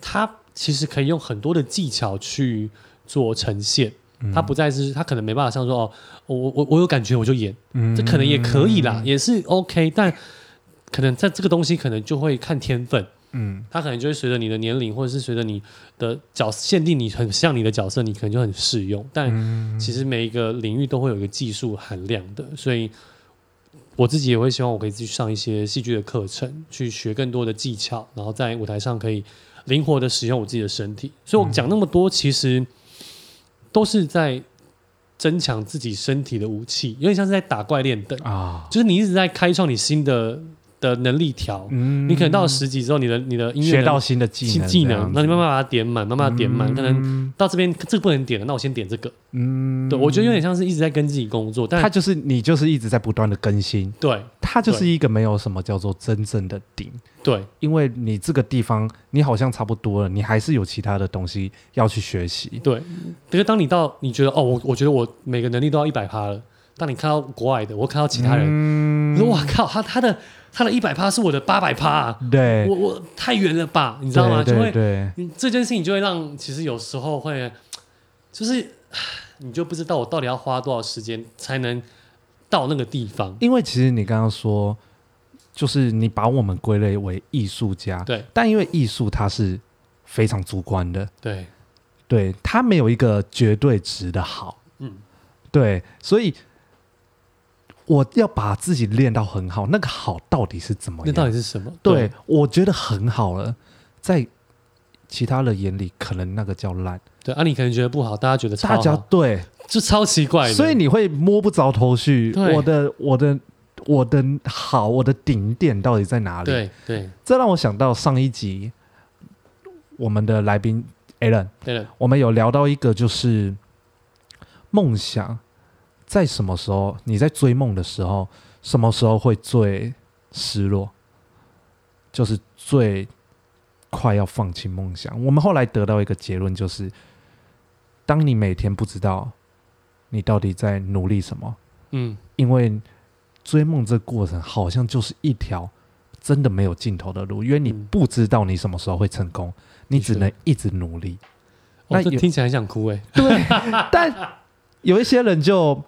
它其实可以用很多的技巧去做呈现。它不再是它可能没办法像说哦，我我我我有感觉我就演，
嗯
这可能也可以啦，也是 OK，但可能在这个东西可能就会看天分，
嗯
它可能就会随着你的年龄或者是随着你的角限定你很像你的角色，你可能就很适用，但
嗯
其实每一个领域都会有一个技术含量的，所以我自己也会希望我可以去上一些戏剧的课程，去学更多的技巧，然后在舞台上可以灵活的使用我自己的身体。所以
嗯
我讲那么多，其实都是在增强自己身体的武器，有点像是在打怪练等，
啊，
就是你一直在开创你新的的能力条。
嗯
你可能到了十级之后，你的你的音乐
学到
能
新的技
新
能，
技能，那你慢慢把它点满，慢慢把它点
嗯
满，可能
能
到这边这个不能点了，那我先点这个。
嗯
对，我觉得有点像是一直在跟自己工作，但
他就是你就是一直在不断的更新，
对
它就是一个没有什么叫做真正的顶，
对
因为你这个地方你好像差不多了，你还是有其他的东西要去学习。
对，可是当你到你觉得哦，我我觉得我每个能力都要一百趴了，当你看到国外的，我看到其他人，
嗯
你说哇靠，他他的他的一百趴是我的八百趴啊，
对，
我我太远了吧，你知道吗？
对
就
对
会
对，
你这件事情就会让其实有时候会就是唉你就不知道我到底要花多少时间才能到那个地方，
因为其实你刚刚说，就是你把我们归类为艺术家，
对
但因为艺术它是非常主观的，
对，
对，它没有一个绝对值的好，
嗯
对，所以我要把自己练到很好，那个好到底是怎么
那到
样？
底是什么？
对，我觉得很好了，在其他人眼里可能那个叫烂，
对，啊，你可能觉得不好，大家觉得超
大家
好
对，
就超奇怪的，
所以你会摸不着头绪，
对
我的我的我的好，我的顶点到底在哪里？
对对
这让我想到上一集我们的来宾 Alan，
对了，
我们有聊到一个就是梦想，在什么时候你在追梦的时候，什么时候会最失落，就是最快要放弃梦想。我们后来得到一个结论，就是当你每天不知道你到底在努力什么，
嗯。
因为追梦这过程好像就是一条真的没有尽头的路，因为你
嗯
不知道你什么时候会成功，你只
的确
能一直努力。
那、
那
哦、这
有
听起来很想哭哎、
对，但有一些人就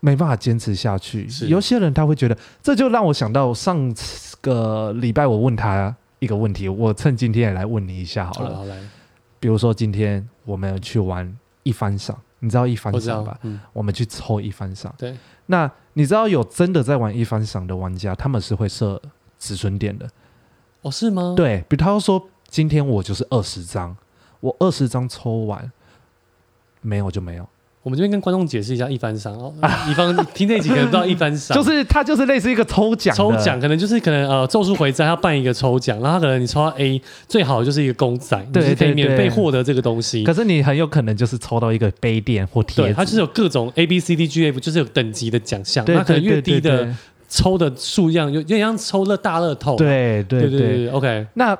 没办法坚持下去，
是
有些人他会觉得，这就让我想到上次个礼拜我问他一个问题，我趁今天也来问你一下好
好
了。
了，好来，
比如说今天我们去玩一番赏，你知道一番
我知
赏
道
吧？，
嗯，
我们去抽一番赏。
对，
那你知道有真的在玩一番赏的玩家，他们是会设止损点的。
哦，是吗？，
对，比方说今天我就是二十张，我二十张抽完没有就没有，
我们这边跟观众解释一下一番赏哦，以防听这一集可能不知道一番赏，
[LAUGHS] 就是它就是类似一个抽奖，
抽奖，，可能就是可能呃，咒术回战他办一个抽奖，然后他可能你抽到 A，最好就是一个公仔，你
对
就是可以
对对
免费获得这个东西
可。是你很有可能就是抽到一个杯垫或
对，
贴
它就
纸，
是有各种 A B C D G F，就是有等级的奖项，那可能越低
对
的抽的数量，有有点像抽了大乐透啊。
对对
对
对
对
对
对，OK，
那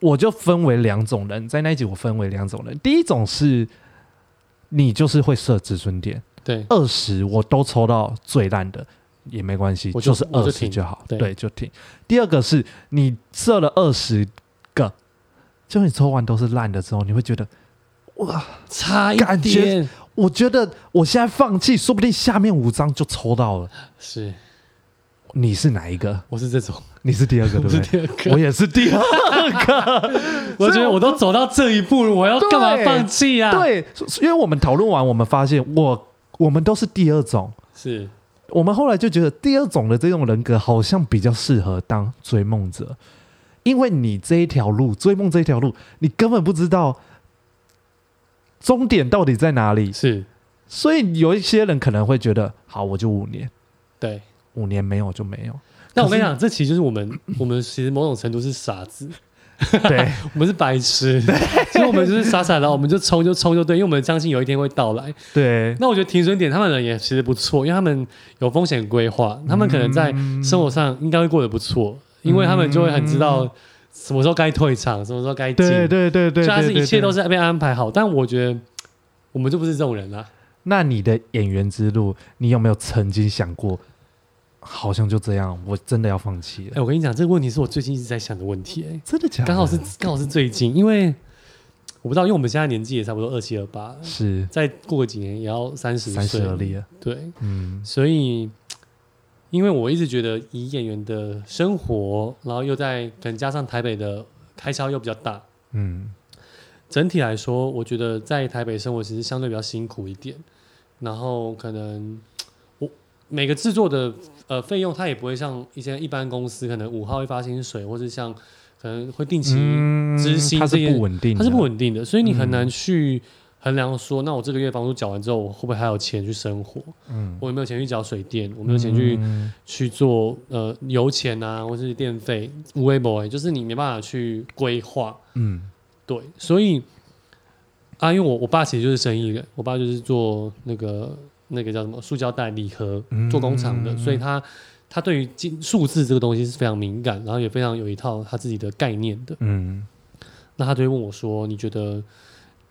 我就分为两种人，在那一集我分为两种人，第一种是你就是会设止损点，
对
二十我都抽到最烂的也没关系，
我就是我
二
就
十
停
就好，
对
对，就停。第二个是你设了二十个，就你抽完都是烂的之后，你会觉得。哇，
差一
感觉
点
我觉得我现在放弃，说不定下面五张就抽到了。
是，
你是哪一个？
我是这种，
你是第二个，对
我
不
是
对？
第二
我 [LAUGHS]
个，
也是第二个。
我觉得我都走到这一步了，我要干嘛
对
放弃啊？，
对，因为我们讨论完，我们发现我我们都是第二种。
是
我们后来就觉得第二种的这种人格好像比较适合当追梦者，因为你这一条路，追梦这一条路，你根本不知道终点到底在哪里，
是，
所以有一些人可能会觉得，好，我就五年，
对。
五年没有就没
[LAUGHS]
有。
但我跟你讲，这其实就是我们，我们其实某种程度是傻子，
对，
我们是白痴，所以我们就是傻傻的，我们就冲就冲就对，因为我们相信有一天会到来。
对，
那我觉得停损点他们人也其实不错，因为他们有风险规划，他们可能在
嗯
生活上应该会过得不错，因为他们就会很知道什么时候该退场，什么时候该进，
对对对
所
对，
以他是
对
一切都。
对对
是被安排好。但我觉得我们就不是这种人啦，
那你的演员之路，你有没有曾经想过，好像就这样，我真的要放弃
哎、
了？
我跟你讲，这个问题是我最近一直在想的问题、哎，
真的假的？
刚好是刚好是最近，因为我不知道，因为我们现在年纪也差不多二七二八，
是
再过几年也要三十岁，
三十而立了，
对，
嗯，
所以，因为我一直觉得以演员的生活，然后又在可能加上台北的开销又比较大，
嗯，
整体来说，我觉得在台北生活其实相对比较辛苦一点。然后可能我每个制作的呃费用，它也不会像一些一般公司，可能五号会发薪水，或是像可能会定期，
嗯
执行
它是
这些
不稳定的，嗯
它是不稳定的，所以你很难去衡量说，那我这个月房租缴完之后，我会不会还有钱去生活？
嗯，
我有没有钱去缴水电？我有没有钱去
嗯
去做呃油钱啊，或是电费、微博，就是你没办法去规划。
嗯
对，所以啊，因为我我爸其实就是生意人，我爸就是做那个那个叫什么塑胶袋礼盒，
嗯
做工厂的，所以他他对于金数字这个东西是非常敏感，然后也非常有一套他自己的概念的。
嗯
那他就会问我说：“你觉得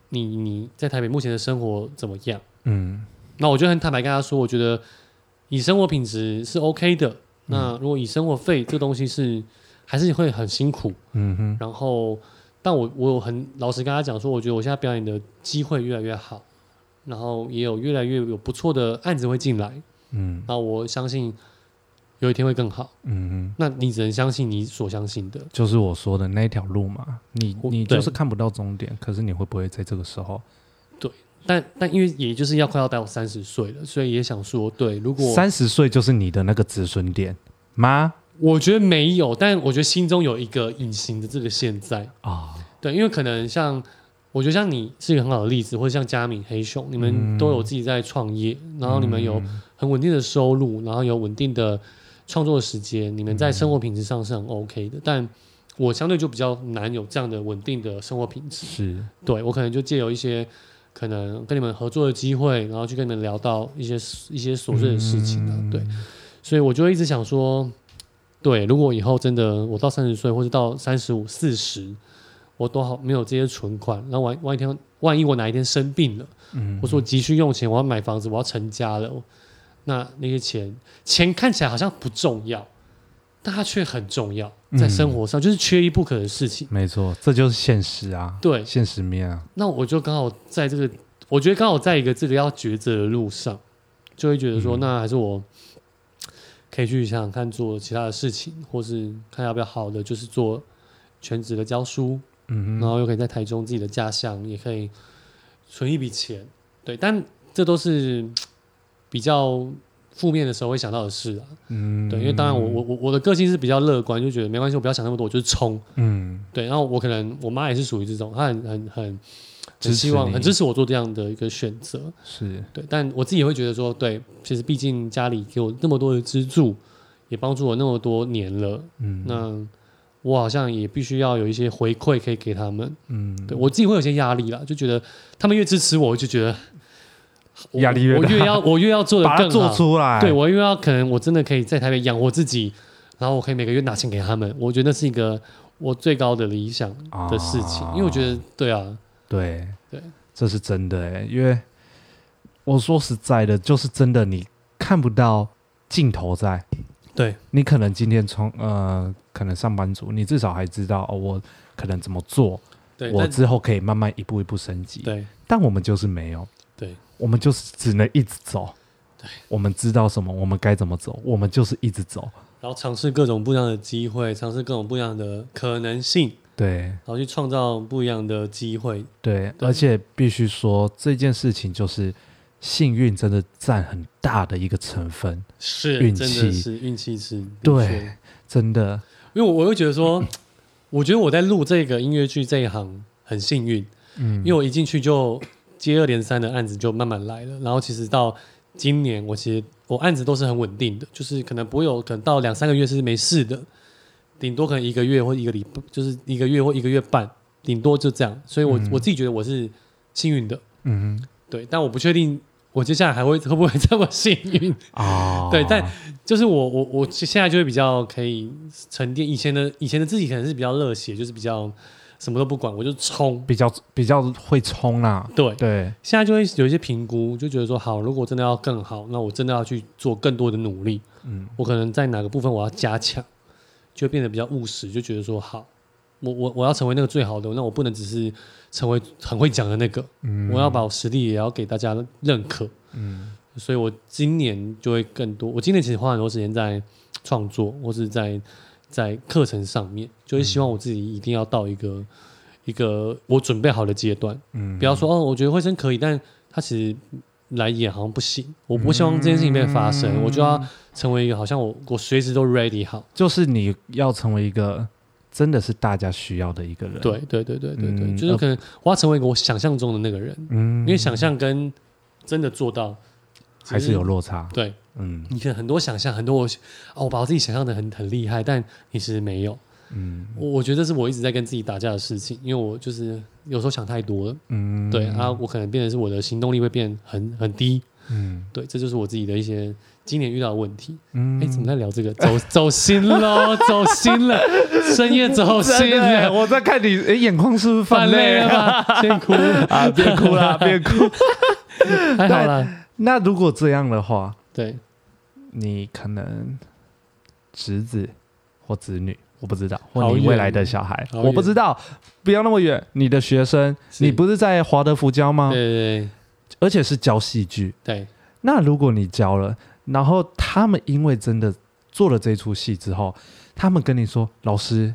你你在台北目前的生活怎么样？”
嗯
那我就很坦白跟他说，我觉得以生活品质是 OK 的。那如果以生活费这东西是还是会很辛苦，
嗯哼，
然后但我我有很老实跟他讲说，我觉得我现在表演的机会越来越好，然后也有越来越有不错的案子会进来，
嗯
那我相信有一天会更好。
嗯哼，
那你只能相信你所相信的，
就是我说的那一条路嘛，你
我
你
对
就是看不到终点，可是你会不会在这个时候
但但因为也就是要快要到三十岁了，所以也想说，对，如果
三十岁就是你的那个止损点吗？
我觉得没有，但我觉得心中有一个隐形的这个现在。
啊，
对，因为可能像我觉得像你是一个很好的例子，或者像佳敏、黑熊，你们都有自己在创业，然后你们有很稳定的收入，然后有稳定的创作时间，你们在生活品质上是很 OK 的。但我相对就比较难有这样的稳定的生活品质，
是，
对我可能就借由一些可能跟你们合作的机会，然后去跟你们聊到一些一些琐碎的事情啊，
嗯
对，所以我就会一直想说，对，如果以后真的我到三十岁，或者到三十五、四十，我都好没有这些存款，然后万万一天，万一我哪一天生病了，
嗯
或者我急需用钱，我要买房子，我要成家了，那那些钱钱看起来好像不重要，但它却很重要，
嗯
在生活上、就是缺一不可的事情。
没错，这就是现实啊，
对
现实面啊，
那我就刚好在这个，我觉得刚好在一个这个要抉择的路上，就会觉得
嗯
说，那还是我可以去想想看做其他的事情，或是看要不要好的，就是做全职的教书，
嗯
然后又可以在台中自己的家乡，也可以存一笔钱，对，但这都是嗯比较负面的时候会想到的事啊，
嗯
对，因为当然我我我我的个性是比较乐观，就觉得没关系，我不要想那么多，我就是冲，
嗯
对，然后我可能我妈也是属于这种，她很很很很
支持
希望
你
很支持我做这样的一个选择。
是
对，但我自己也会觉得说，对，其实毕竟家里给我那么多的资助，也帮助我那么多年了，
嗯
那我好像也必须要有一些回馈可以给他们。
嗯，
对我自己会有些压力啦，就觉得他们越支持我，我就觉得我
压力越
我
大
越要我越要做的
把它
更
做
好。
出来，
对我越要可能我真的可以在台北养活自己，然后我可以每个月拿钱给他们，我觉得那是一个我最高的理想的事情，
啊
因为我觉得对啊，
对
对，
这是真的哎，因为我说实在的，就是真的，你看不到尽头在。
对
你可能今天从呃，可能上班族，你至少还知道哦，我可能怎么做，
对，
我
但
之后可以慢慢一步一步升级。
对
但我们就是没有，
对
我们就是只能一直走。对，我们知道什么，我们该怎么走，我们就是一直走。
然后尝试各种不一样的机会，尝试各种不一样的可能性，
对
然后去创造不一样的机会。
对，
对
而且必须说这件事情就是幸运，真的占很大的一个成分。
是，
运
真
气
的是运气是，的
对
确
真的，
因为我我会觉得说， [CLEARS THROAT] 我觉得我在录这个音乐剧这一行很幸运，
嗯
因为我一进去就接二连三的案子就慢慢来了，然后其实到今年我其实我案子都是很稳定的，就是可能不会有可能到两三个月是没事的，顶多可能一个月或一个礼拜，就是一个月或一个月半，顶多就这样，所以我、
嗯
我自己觉得我是幸运的，
嗯
对，但我不确定。我接下来还会会不会这么幸运？
啊，
对但就是我我我现在就会比较可以沉淀，以前的以前的自己可能是比较热血，就是比较什么都不管，我就冲。
比较比较会冲啦。
对，
对，
现在就会有一些评估，就觉得说好，如果真的要更好，那我真的要去做更多的努力。
嗯，
我可能在哪个部分我要加强，就变得比较务实，就觉得说好，我我我要成为那个最好的，那我不能只是成为很会讲的那个，
嗯
我要把我实力也要给大家认可。
嗯
所以我今年就会更多。我今年其实花很多时间在创作，或是在在课程上面，就是希望我自己一定要到一个、一个我准备好的阶段，
嗯
不要说哦，我觉得慧生可以，但他其实来演好像不行。我不希望这件事情被发
嗯
生，我就要成为一个好像我我随时都 ready 好。
就是你要成为一个真的是大家需要的一个人。，
对对对对对对，
嗯
就是可能我要成为一个我想象中的那个人，
嗯，
因为想象跟真的做到其实
还是有落差。
对。
嗯
你可能很多想象，很多我哦，我把我自己想象的很很厉害，但其实没有。
嗯
我我觉得这是我一直在跟自己打架的事情，因为我就是有时候想太多了，
嗯，
对啊，我可能变成是我的行动力会变很很低，
嗯
对，这就是我自己的一些今年遇到的问题。
嗯
哎、怎么在聊这个？走走心
[LAUGHS]
喽，走心了，深夜走
真
心啊
的欸？
了，
我在看你，哎，眼眶是不是
犯
泛
累
泪
了
啊？
吧？先哭，
啊，别哭啦，别哭。
[LAUGHS] 还好啦，
[LAUGHS] 那如果这样的话，
对，
你可能侄子或子女，我不知道，
好
或你
远
未来的小孩，
好远
我不知道，不要那么远。你的学生，
是
你不是在华德福教吗
对？对
而且是教戏剧。
对
那如果你教了，然后他们因为真的做了这出戏之后，他们跟你说：“老师，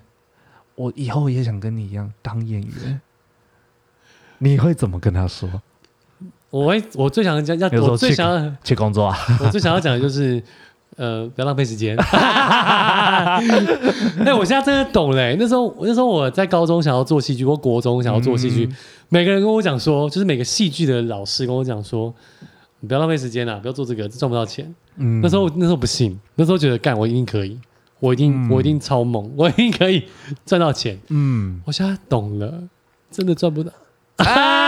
我以后也想跟你一样当演员。”你会怎么跟他说？
嗯我会，我最想讲，要
有时候
我最
去
想要。
去工作啊？
[LAUGHS] 我最想要讲的就是，呃，不要浪费时间。 [LAUGHS] 哎，我现在真的懂嘞、那时候，那时候我在高中想要做戏剧，或国中想要做戏剧，
嗯
每个人跟我讲说，就是每个戏剧的老师跟我讲说，你不要浪费时间啊啦，不要做这个，这赚不到钱。
嗯
那时候，那时候不信，那时候觉得干，我一定可以，我一定，
嗯
我一定超猛，我一定可以赚到钱。
嗯，
我现在懂了，真的赚不到。
啊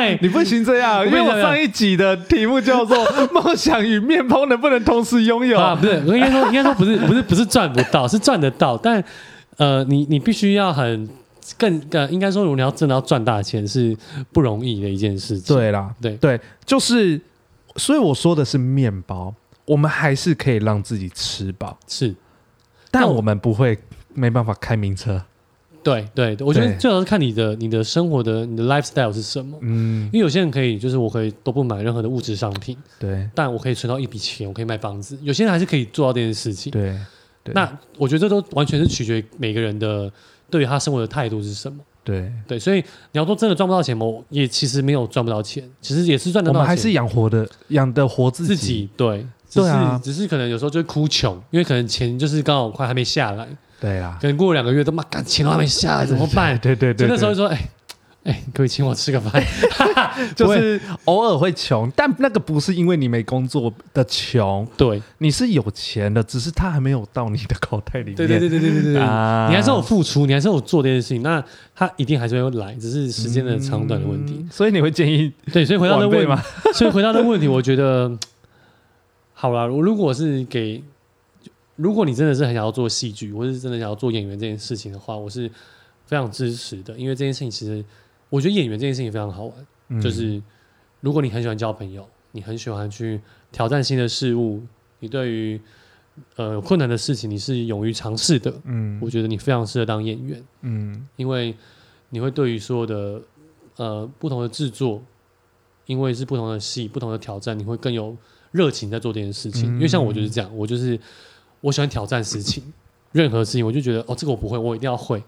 哎，
你不行这
[LAUGHS]
样，因为我上一集的题目叫做 [LAUGHS] “梦想与面包能不能同时拥有
啊，不是，我应该说，应该说不是，不是，不是赚不到，是赚得到，但呃，你你必须要很更呃，应该说，如果你要真的要赚大钱，是不容易的一件事”？情。
对啦，
对
对，就是，所以我说的是面包，我们还是可以让自己吃饱，
是，但
但
我
我们不会没办法开名车。
对对，对我觉得
对
最好是看你的你的生活的你的 lifestyle 是什么。
嗯
因，为有些人可以，就是我可以都不买任何的物质商品，
对
但我可以存到一笔钱，我可以买房子。有些人还是可以做到这件事情。
对对
那我觉得这都完全是取决于每个人的对于他生活的态度是什么。
对，
对，所以你要说真的赚不到钱吗？我也其实没有赚不到钱，其实也是赚得
我
到
们
钱，
还是养活的，养得活自
自己对，只
对
是、
啊
只是可能有时候就会哭穷，因为可能钱就是刚好快还没下来，
对啦，
可能过了两个月都妈，干钱都还没下来，怎么办？
对对对，
就那时候
对
就说，哎、哎、可以请我吃个
[LAUGHS]
饭，
就是偶尔会穷，但那个不是因为你没工作的穷，
对，
你是有钱的，只是他还没有到你的口袋里面。
对对对对对对对对，
啊
你还是有付出，你还是有做这件事情，那他一定还是会来，只是时间的长短的问题。
嗯所以你会建议
对，所以回到那
晚辈
问
吗？
所以回到那问题，我觉得好啦，我如果是给，如果你真的是很想要做戏剧，或是真的想要做演员这件事情的话，我是非常支持的，因为这件事情其实我觉得演员这件事情非常好玩，
嗯
就是如果你很喜欢交朋友，你很喜欢去挑战新的事物，你对于呃有困难的事情你是勇于尝试的，
嗯
我觉得你非常适合当演员。
嗯
因为你会对于所有的呃不同的制作，因为是不同的戏、不同的挑战，你会更有热情在做这件事情。
嗯
因为像我就是这样，我就是我喜欢挑战事情，任何事情我就觉得哦，这个我不会，我一定要会。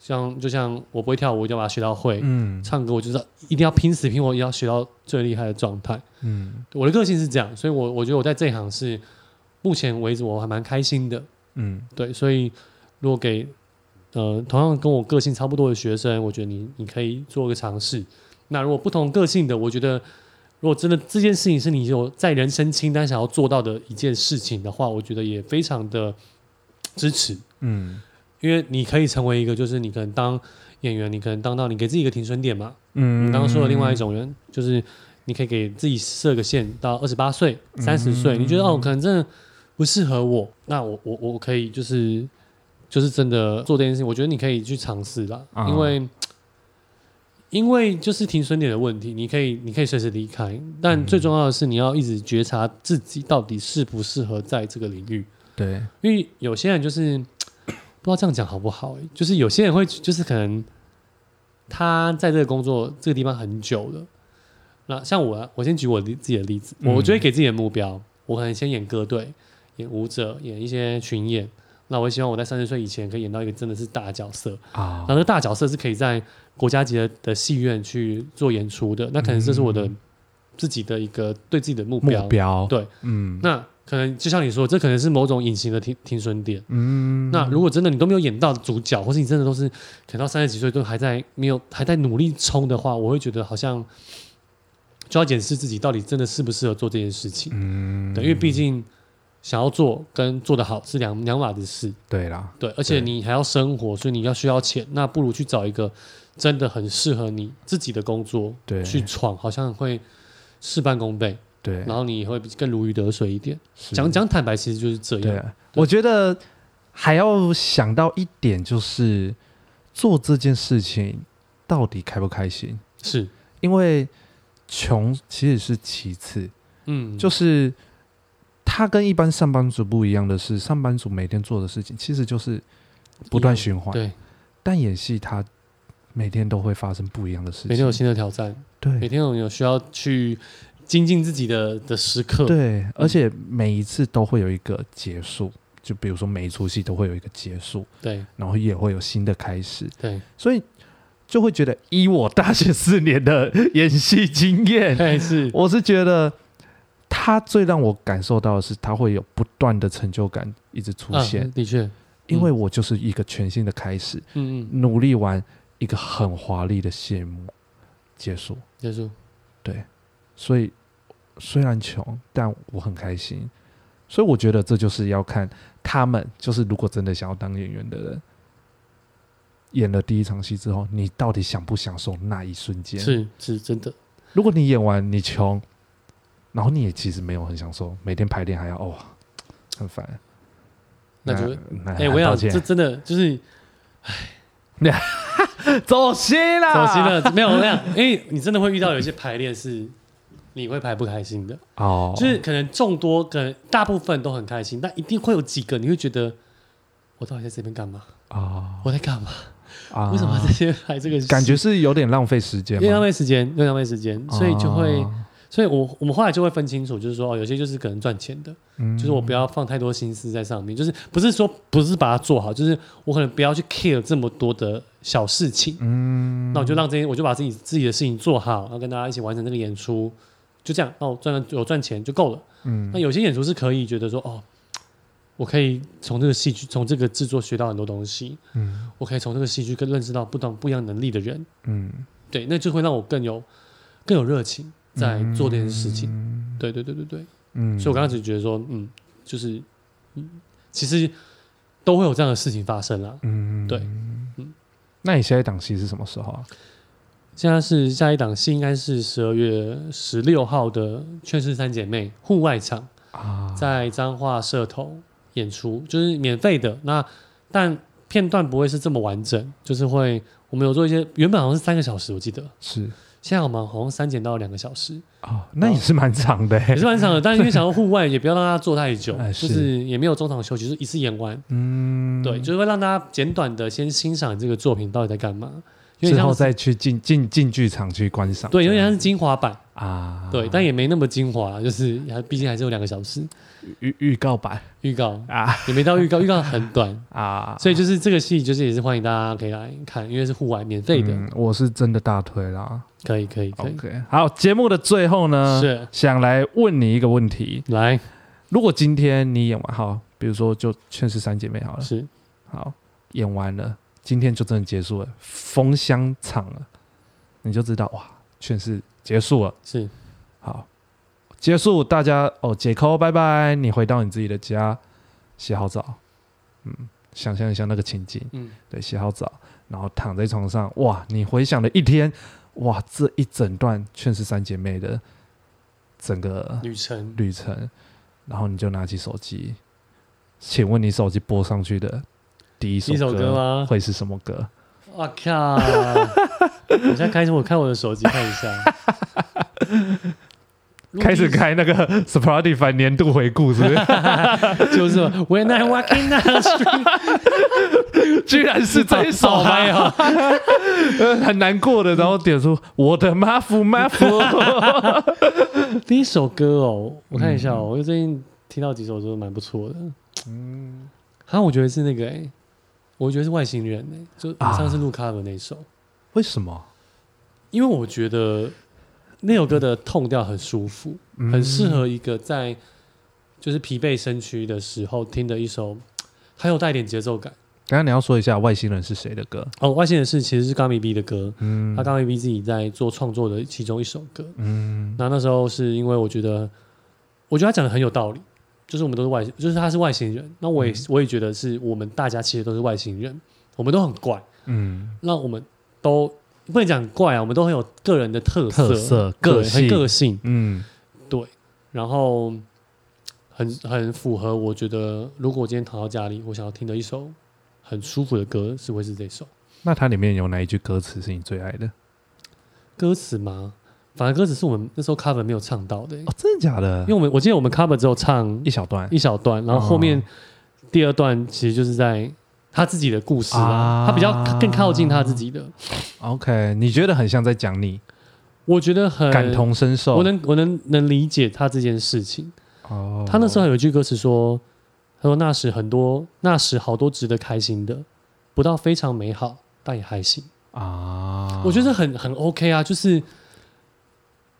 像就像我不会跳舞，我一定要把它学到会；
嗯
唱歌，我就是一定要拼死拼活，也要学到最厉害的状态。
嗯
我的个性是这样，所以我我觉得我在这一行是目前为止我还蛮开心的。
嗯
对，所以如果给呃同样跟我个性差不多的学生，我觉得你你可以做个尝试。那如果不同个性的，我觉得如果真的这件事情是你有在人生清单想要做到的一件事情的话，我觉得也非常的支持，
嗯
因为你可以成为一个，就是你可能当演员，你可能当到你给自己一个停损点嘛。
嗯
你刚刚说的另外一种人，就是你可以给自己设个限，到二十八岁、三
嗯
十岁，你觉得哦，可能真的不适合我，那我我我可以就是就是真的做这件事情，我觉得你可以去尝试啦，
啊
因为因为就是停损点的问题，你可以你可以随时离开，
嗯
但最重要的是你要一直觉察自己到底适不适合在这个领域，
对
因为有些人就是不知道这样讲好不好、欸，就是有些人会就是可能他在这个工作这个地方很久了。那像我啊，我先举我自己的例子，
嗯
我就会给自己的目标，我可能先演歌队、演舞者、演一些群演。那我也希望我在三十岁以前可以演到一个真的是大角色，
啊
然后那个大角色是可以在国家级的的戏院去做演出的。那可能这是我的自己的一个对自己的目标。
嗯目标
对
嗯
那可能就像你说，这可能是某种隐形的停停损点。
嗯
那如果真的你都没有演到主角，或是你真的都是可能到三十几岁都还在没有还在努力冲的话，我会觉得好像就要检视自己到底真的适不适合做这件事情。
嗯
对，因为毕竟想要做跟做得好是两两码子事。
对啦
对，而且
对
你还要生活，所以你要需要钱，那不如去找一个真的很适合你自己的工作
对
去闯，好像会事半功倍，
对
然后你也会更如鱼得水一点。
是
讲讲坦白，其实就是这样。
对，啊我觉得还要想到一点，就是做这件事情到底开不开心？
是，
因为穷其实是其次，
嗯，
就是他跟一般上班族不一样的是，上班族每天做的事情其实就是不断循环，
对，
但演戏它每天都会发生不一样的事
每天有
情，
新的挑战。每
对
天有有需要去精进自己的的时刻，
对，而且每一次都会有一个结束，就比如说每一出戏都会有一个结束，
对
然后也会有新的开始，
对，
所以就会觉得，以我大学四年的演戏经验，
但是
我是觉得他最让我感受到的是，他会有不断的成就感一直出现，
啊、的确，
因为我就是一个全新的开始，
嗯嗯，
努力完一个很华丽的谢幕结束，
结束，
所以虽然穷，但我很开心。所以我觉得这就是要看他们，就是如果真的想要当演员的人，演了第一场戏之后，你到底享不享受那一瞬间？
是是真的，
如果你演完你穷，然后你也其实没有很享受，每天排练还要哦，很烦。
那就
那
哎、我想
道歉
这真的就是
走心了，
走心了，没有那样，因为你真的会遇到有一些排练是你会排不开心的，
哦，
就是可能众多，可能大部分都很开心，但一定会有几个你会觉得我到底在这边干嘛？
啊
我在干嘛？
啊
为什么在这边排这个戏？
感觉是有点浪费时间
又浪
吗？
费时间，又浪费时间，所以就会。
啊
所以我我们后来就会分清楚，就是说，哦，有些就是可能赚钱的，
嗯
就是我不要放太多心思在上面，就是不是说不是把它做好，就是我可能不要去 care 这么多的小事情，
嗯
那我就让这些，我就把自己自己的事情做好，然后跟大家一起完成这个演出，就这样，那我赚了有赚钱就够了。
嗯
那有些演出是可以觉得说，哦，我可以从这个戏剧，从这个制作学到很多东西，
嗯
我可以从这个戏剧跟认识到不同不一样能力的人，
嗯
对，那就会让我更有更有热情在做这件事情。对对对对对，
嗯，
所以我刚开始觉得说，嗯，就是，嗯，其实都会有这样的事情发生啦。
嗯
对，
嗯。那你下一档戏是什么时候啊？
现在是下一档戏，应该是十二月十六号的《劝世三姐妹》户外场，
啊，
在彰化社头演出，就是免费的。那但片段不会是这么完整，就是会我们有做一些，原本好像是三个小时，我记得，
是
现在我们好像删减到两个小时，
哦，那也是蛮长的欸
也是蛮长的。但因为想要户外，也不要让它做太久，
哎
就是是也没有中场休息，就是一次演完。
嗯，
对，就是会让大家简短的先欣赏这个作品到底在干嘛，有点
之后
像是
再去进进进剧场去观赏，
对，有
这
点
样
像是精华版，
啊，
对，但也没那么精华，就是还毕竟还是有两个小时
预预告版
预告，
啊
也没到预告，预告很短，
[LAUGHS] 啊，
所以就是这个戏就是也是欢迎大家可以来看，因为是户外免费的，
嗯我是真的大推啦。
可以可以可以，
OK，好，嗯节目的最后呢，
是
想来问你一个问题：
来
如果今天你演完，好，比如说就《劝世三姐妹》好了，
是
好，演完了，今天就真的结束了，封箱场了，你就知道哇，劝世结束了。
是
好，结束，大家哦，解扣，拜拜，你回到你自己的家，洗好澡，嗯，想象一下那个情景，
嗯
对，洗好澡，然后躺在床上，哇，你回想了一天，哇，这一整段《劝世三姐妹》的整个
旅程
旅程，然后你就拿起手机，请问你手机播上去的第一
第一首歌吗？
会是什么歌？
我靠！我现在开始我看我的手机看一下，
开始开那个 [LAUGHS] Spotify 年度回顾，是不
[LAUGHS]
是？
就是 When I walk in the [LAUGHS] street，
居然是这一首
[LAUGHS] 好
吗
嗨？哦！
呃很难过的，然后点出我的马夫马夫，
第一首歌哦，我看一下哦，我最近听到几首都蛮不错的。嗯，还有我觉得是那个哎、我觉得是外星人哎、就
啊
上次录 cover 那首，
为什么？
因为我觉得那首歌的痛调很舒服，
嗯
很适合一个在就是疲惫身躯的时候听的一首，很有带一点节奏感。
刚刚你要说一下外星人是谁的歌？
哦，外星人是其实是 Gummy B 的歌，
嗯
他 Gummy B 自己在做创作的其中一首歌，
嗯
那那时候是因为我觉得，我觉得他讲的很有道理，就是我们都是外，就是他是外星人，那
嗯
我也、我也觉得是我们大家其实都是外星人，我们都很怪，
嗯，
那我们都不能讲怪啊，我们都很有个人的特色、
特色
对
个性
很，个性，
嗯
然后很很符合我觉得，如果我今天躺到家里，我想要听的一首很舒服的歌是会是这首
那它里面有哪一句歌词是你最爱的？
歌词吗？反而歌词是我们那时候 cover 没有唱到的、欸
哦，真的假的？
因为我们我记得我们 cover 只有唱
一小段
一小段，然后后面
啊
第二段其实就是在他自己的故事啦
啊，
他比较更靠近他自己的，
，OK，你觉得很像在讲你，
我觉得很
感，同身受。
呃我能我能能理解他这件事情。
哦，
他那时候有一句歌词说：“他说那时很多，那时好多值得开心的，不到非常美好，但也还行。
啊，
我觉得很很 OK 啊，就是。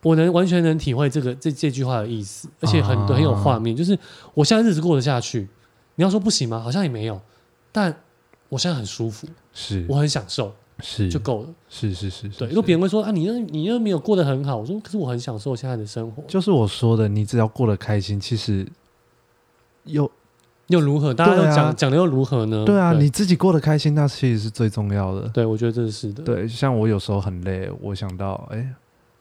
我能完全能体会这个这这句话的意思，而且很
啊
很有画面。就是我现在日子过得下去，你要说不行吗？好像也没有，但我现在很舒服。
是
我很享受
是
就够了。
是是是，是
对，
是
如果别人会说啊，你又你又没有过得很好，我说可是我很享受现在的生活，
就是我说的，你只要过得开心，其实有
又如何？大家都
对啊
讲讲的又如何呢？
对啊，你自己过得开心，那其实是最重要的。
对我觉得这是的，
对，啊像我有时候很累，我想到哎、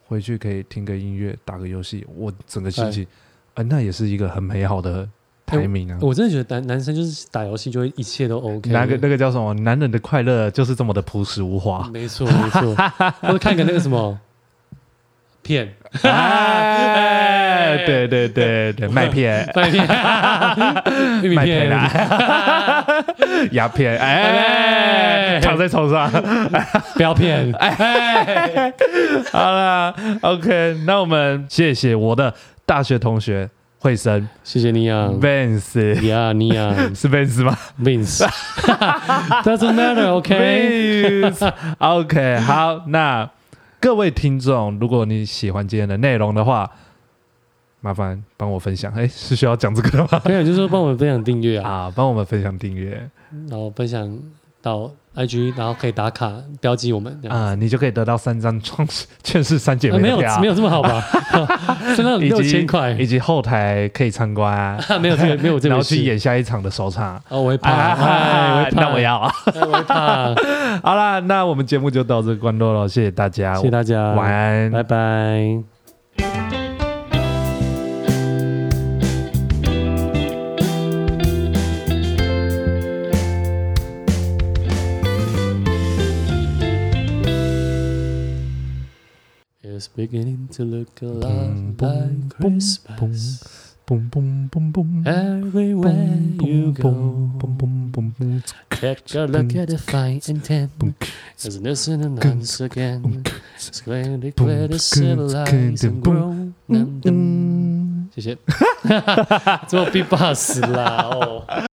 回去可以听个音乐，打个游戏，我整个心情，哎、那也是一个很美好的排名
哎
啊。
我真的觉得男男生就是打游戏就会一切都 OK，
那个那个叫什么？男人的快乐就是这么的朴实
[LAUGHS]
无华。
没错没
[LAUGHS]
错，或者看个那个什么片
哎， [LAUGHS] 对对对
[LAUGHS]
对，麦片、
麦片、玉米
麦片
片 [LAUGHS]
啦，鸦片，哎，
哎
[LAUGHS] 躺在床
[LAUGHS]
上。
标
[LAUGHS]
片，
哎好啦 o k 那我们谢谢我的大学同学惠生
谢谢你啊，
Vance，
呀你啊
是 Vance 吗？ [LAUGHS]
，Vince，doesn't matter，OK，
OK，好，那各位听众，如果你喜欢今天的内容的话，麻烦帮我分享。哎，是需要讲这个的吗？
朋友就说帮我们分享订阅啊。
啊，帮我们分享订阅，
然后分享到 IG，然后可以打卡标记我们。这样
啊、你就可以得到三张创世 [LAUGHS] 劝世三姐
啊
妹
没
的
有
票，
没有这么好
[LAUGHS]
吧？真的
以及
六千块
以，及后台可以参观啊，
啊 [LAUGHS] 没有这个没有这
然
回
后去
事。
演下一场的首场。
哦，我会怕，哎我
啊
会，怕，
那我要啊！
哎，我会怕。
好啦，那我们节目就到这关落了，谢谢大家，
谢谢大家，
晚安，
拜拜。It's beginning to look a lot like Christmas
嘣嘣嘣嘣，
everywhere you go.
嘣嘣嘣嘣。
Take a look at the fine intent. There's nothing and once again. It's going to clear the civilized and grow.
[LAUGHS]
[LAUGHS] Dum, dum. 谢谢，做 B boss 啦哦。